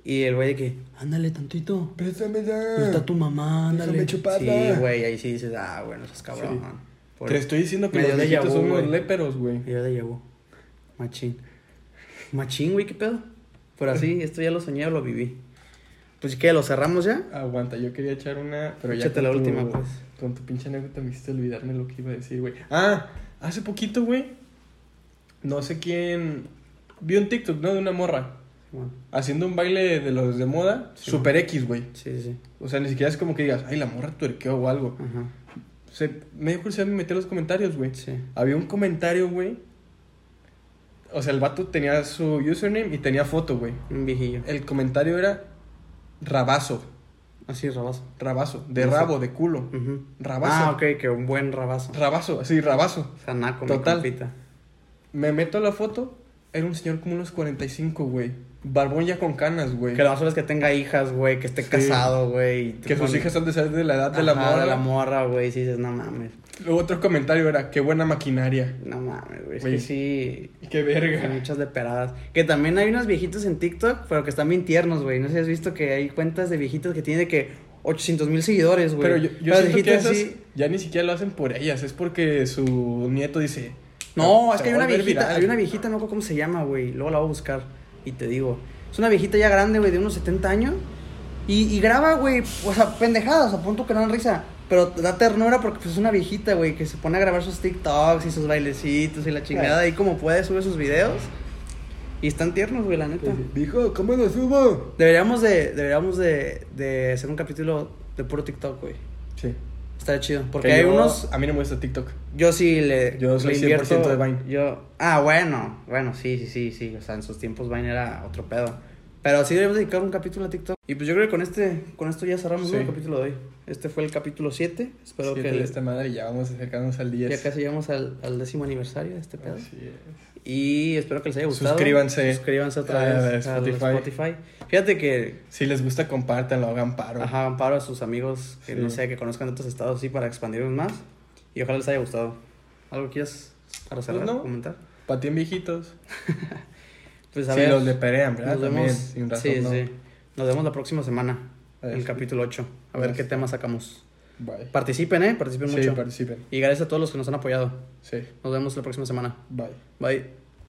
Speaker 2: Y el güey de que, ándale tantito,
Speaker 1: Pésame
Speaker 2: no
Speaker 1: ya.
Speaker 2: está tu mamá,
Speaker 1: Déjame
Speaker 2: ándale.
Speaker 1: chuparla.
Speaker 2: Sí, güey, ahí sí dices, ah, bueno, estás cabrón.
Speaker 1: Sí.
Speaker 2: Por-
Speaker 1: Te estoy diciendo que
Speaker 2: Me
Speaker 1: los
Speaker 2: dio déjà
Speaker 1: viejitos
Speaker 2: vu,
Speaker 1: son unos
Speaker 2: güey.
Speaker 1: léperos, güey.
Speaker 2: Y yo de llevo. Machín. Machín, güey, qué pedo. Por así, esto ya lo soñé o lo viví. Pues ¿qué? lo cerramos ya.
Speaker 1: Aguanta, yo quería echar una, pero ya.
Speaker 2: Échate
Speaker 1: con
Speaker 2: la
Speaker 1: tu-
Speaker 2: última, pues.
Speaker 1: Con tu pinche anécdota me hiciste olvidarme lo que iba a decir, güey. Ah, hace poquito, güey. No sé quién. Vi un TikTok, ¿no? De una morra.
Speaker 2: Bueno,
Speaker 1: Haciendo un baile de los de moda.
Speaker 2: Sí.
Speaker 1: Super X, güey.
Speaker 2: sí, sí, sí.
Speaker 1: O sea, ni siquiera es como que digas, ay, la morra tuerqueó o algo.
Speaker 2: Ajá.
Speaker 1: Se, me dio curiosidad me metí a los comentarios, güey.
Speaker 2: Sí.
Speaker 1: Había un comentario, güey. O sea, el vato tenía su username y tenía foto, güey.
Speaker 2: Un viejillo.
Speaker 1: El comentario era rabazo.
Speaker 2: Así, rabazo.
Speaker 1: Rabazo. De
Speaker 2: No sé.
Speaker 1: rabo, de culo.
Speaker 2: Ujú.
Speaker 1: Rabazo.
Speaker 2: Ah, ok, que un buen rabazo.
Speaker 1: Rabazo, sí, rabazo.
Speaker 2: Sanaco,
Speaker 1: Total.
Speaker 2: mi compita.
Speaker 1: Me meto a la foto. Era un señor como unos 45, güey. Barbón ya con canas, güey.
Speaker 2: Que lo más probable es que tenga hijas, güey, que esté
Speaker 1: Sí.
Speaker 2: casado, güey. y te
Speaker 1: Que sus
Speaker 2: pone-
Speaker 1: hijas han de ser de la edad de la
Speaker 2: Ajá,
Speaker 1: morra.
Speaker 2: de la morra, güey. Sí, dices, no mames.
Speaker 1: Luego otro comentario era, qué buena maquinaria.
Speaker 2: No mames, güey. Es
Speaker 1: Güey.
Speaker 2: que sí.
Speaker 1: Qué
Speaker 2: Hay
Speaker 1: verga.
Speaker 2: muchas deperadas. Que también hay unos viejitos en TikTok, pero que están bien tiernos, güey. No sé si has visto que hay cuentas de viejitos que tienen de que 800 mil seguidores, güey.
Speaker 1: Pero yo, yo
Speaker 2: Las
Speaker 1: siento que
Speaker 2: viejitas
Speaker 1: esas
Speaker 2: sí-
Speaker 1: ya ni siquiera lo hacen por ellas. Es porque su nieto dice...
Speaker 2: No,
Speaker 1: "Se
Speaker 2: es que hay
Speaker 1: va a
Speaker 2: una
Speaker 1: volver
Speaker 2: viejita,
Speaker 1: viral".
Speaker 2: hay una viejita, no recuerdo cómo se llama, güey. Luego la voy a buscar y te digo. Es una viejita ya grande, güey, de unos 70 años. Y, y graba, güey, o sea, pendejadas, a punto que no dan risa. Pero da ternura porque pues, es una viejita, güey, que se pone a grabar sus TikToks y sus bailecitos y la chingada. Y como puede, sube sus videos. Y están tiernos, güey, la neta.
Speaker 1: Dijo, ¿cómo lo subo?
Speaker 2: Deberíamos de, deberíamos de, de hacer un capítulo de puro TikTok, güey.
Speaker 1: Sí.
Speaker 2: Estaría chido. Porque
Speaker 1: Que
Speaker 2: hay
Speaker 1: yo-
Speaker 2: unos.
Speaker 1: A mí no me gusta TikTok.
Speaker 2: Yo sí le.
Speaker 1: Yo soy
Speaker 2: le
Speaker 1: 100% de Vine.
Speaker 2: Yo. Ah, bueno. Bueno, sí, sí, sí, sí. O sea, en sus tiempos Vine era otro pedo. Pero sí deberíamos dedicar un capítulo a TikTok. Y pues yo creo que con este, con esto ya cerramos
Speaker 1: Sí.
Speaker 2: ¿no? el capítulo de hoy. Este fue el capítulo 7. Espero
Speaker 1: Siete
Speaker 2: que
Speaker 1: de
Speaker 2: le-
Speaker 1: esta madre y ya vamos acercándonos al 10.
Speaker 2: ya casi llegamos al, al décimo aniversario de este pedo.
Speaker 1: Así es.
Speaker 2: Y espero que les haya gustado.
Speaker 1: Suscríbanse.
Speaker 2: Suscríbanse otra
Speaker 1: A
Speaker 2: vez a
Speaker 1: Spotify.
Speaker 2: Spotify. Fíjate que
Speaker 1: Si les gusta, compártanlo, hagan paro.
Speaker 2: Ajá, amparo a sus amigos que
Speaker 1: Sí.
Speaker 2: no sé, que conozcan de otros estados así para expandirnos más. Y ojalá les haya gustado. ¿Algo quieres para cerrar?
Speaker 1: Pues no.
Speaker 2: ¿Comentar?
Speaker 1: Patien viejitos.
Speaker 2: Pues a
Speaker 1: Sí,
Speaker 2: ver.
Speaker 1: los de Perean, ¿verdad?
Speaker 2: nos
Speaker 1: También,
Speaker 2: vemos.
Speaker 1: sin razón,
Speaker 2: sí,
Speaker 1: ¿no?
Speaker 2: sí. Nos vemos la próxima semana, en el
Speaker 1: Eso.
Speaker 2: capítulo 8. A ver
Speaker 1: Yes.
Speaker 2: qué tema sacamos.
Speaker 1: Bye.
Speaker 2: Participen, ¿eh? Participen
Speaker 1: Sí,
Speaker 2: mucho.
Speaker 1: participen.
Speaker 2: y gracias a todos los que nos han apoyado.
Speaker 1: Sí,
Speaker 2: Nos vemos la próxima semana.
Speaker 1: bye.
Speaker 2: Bye.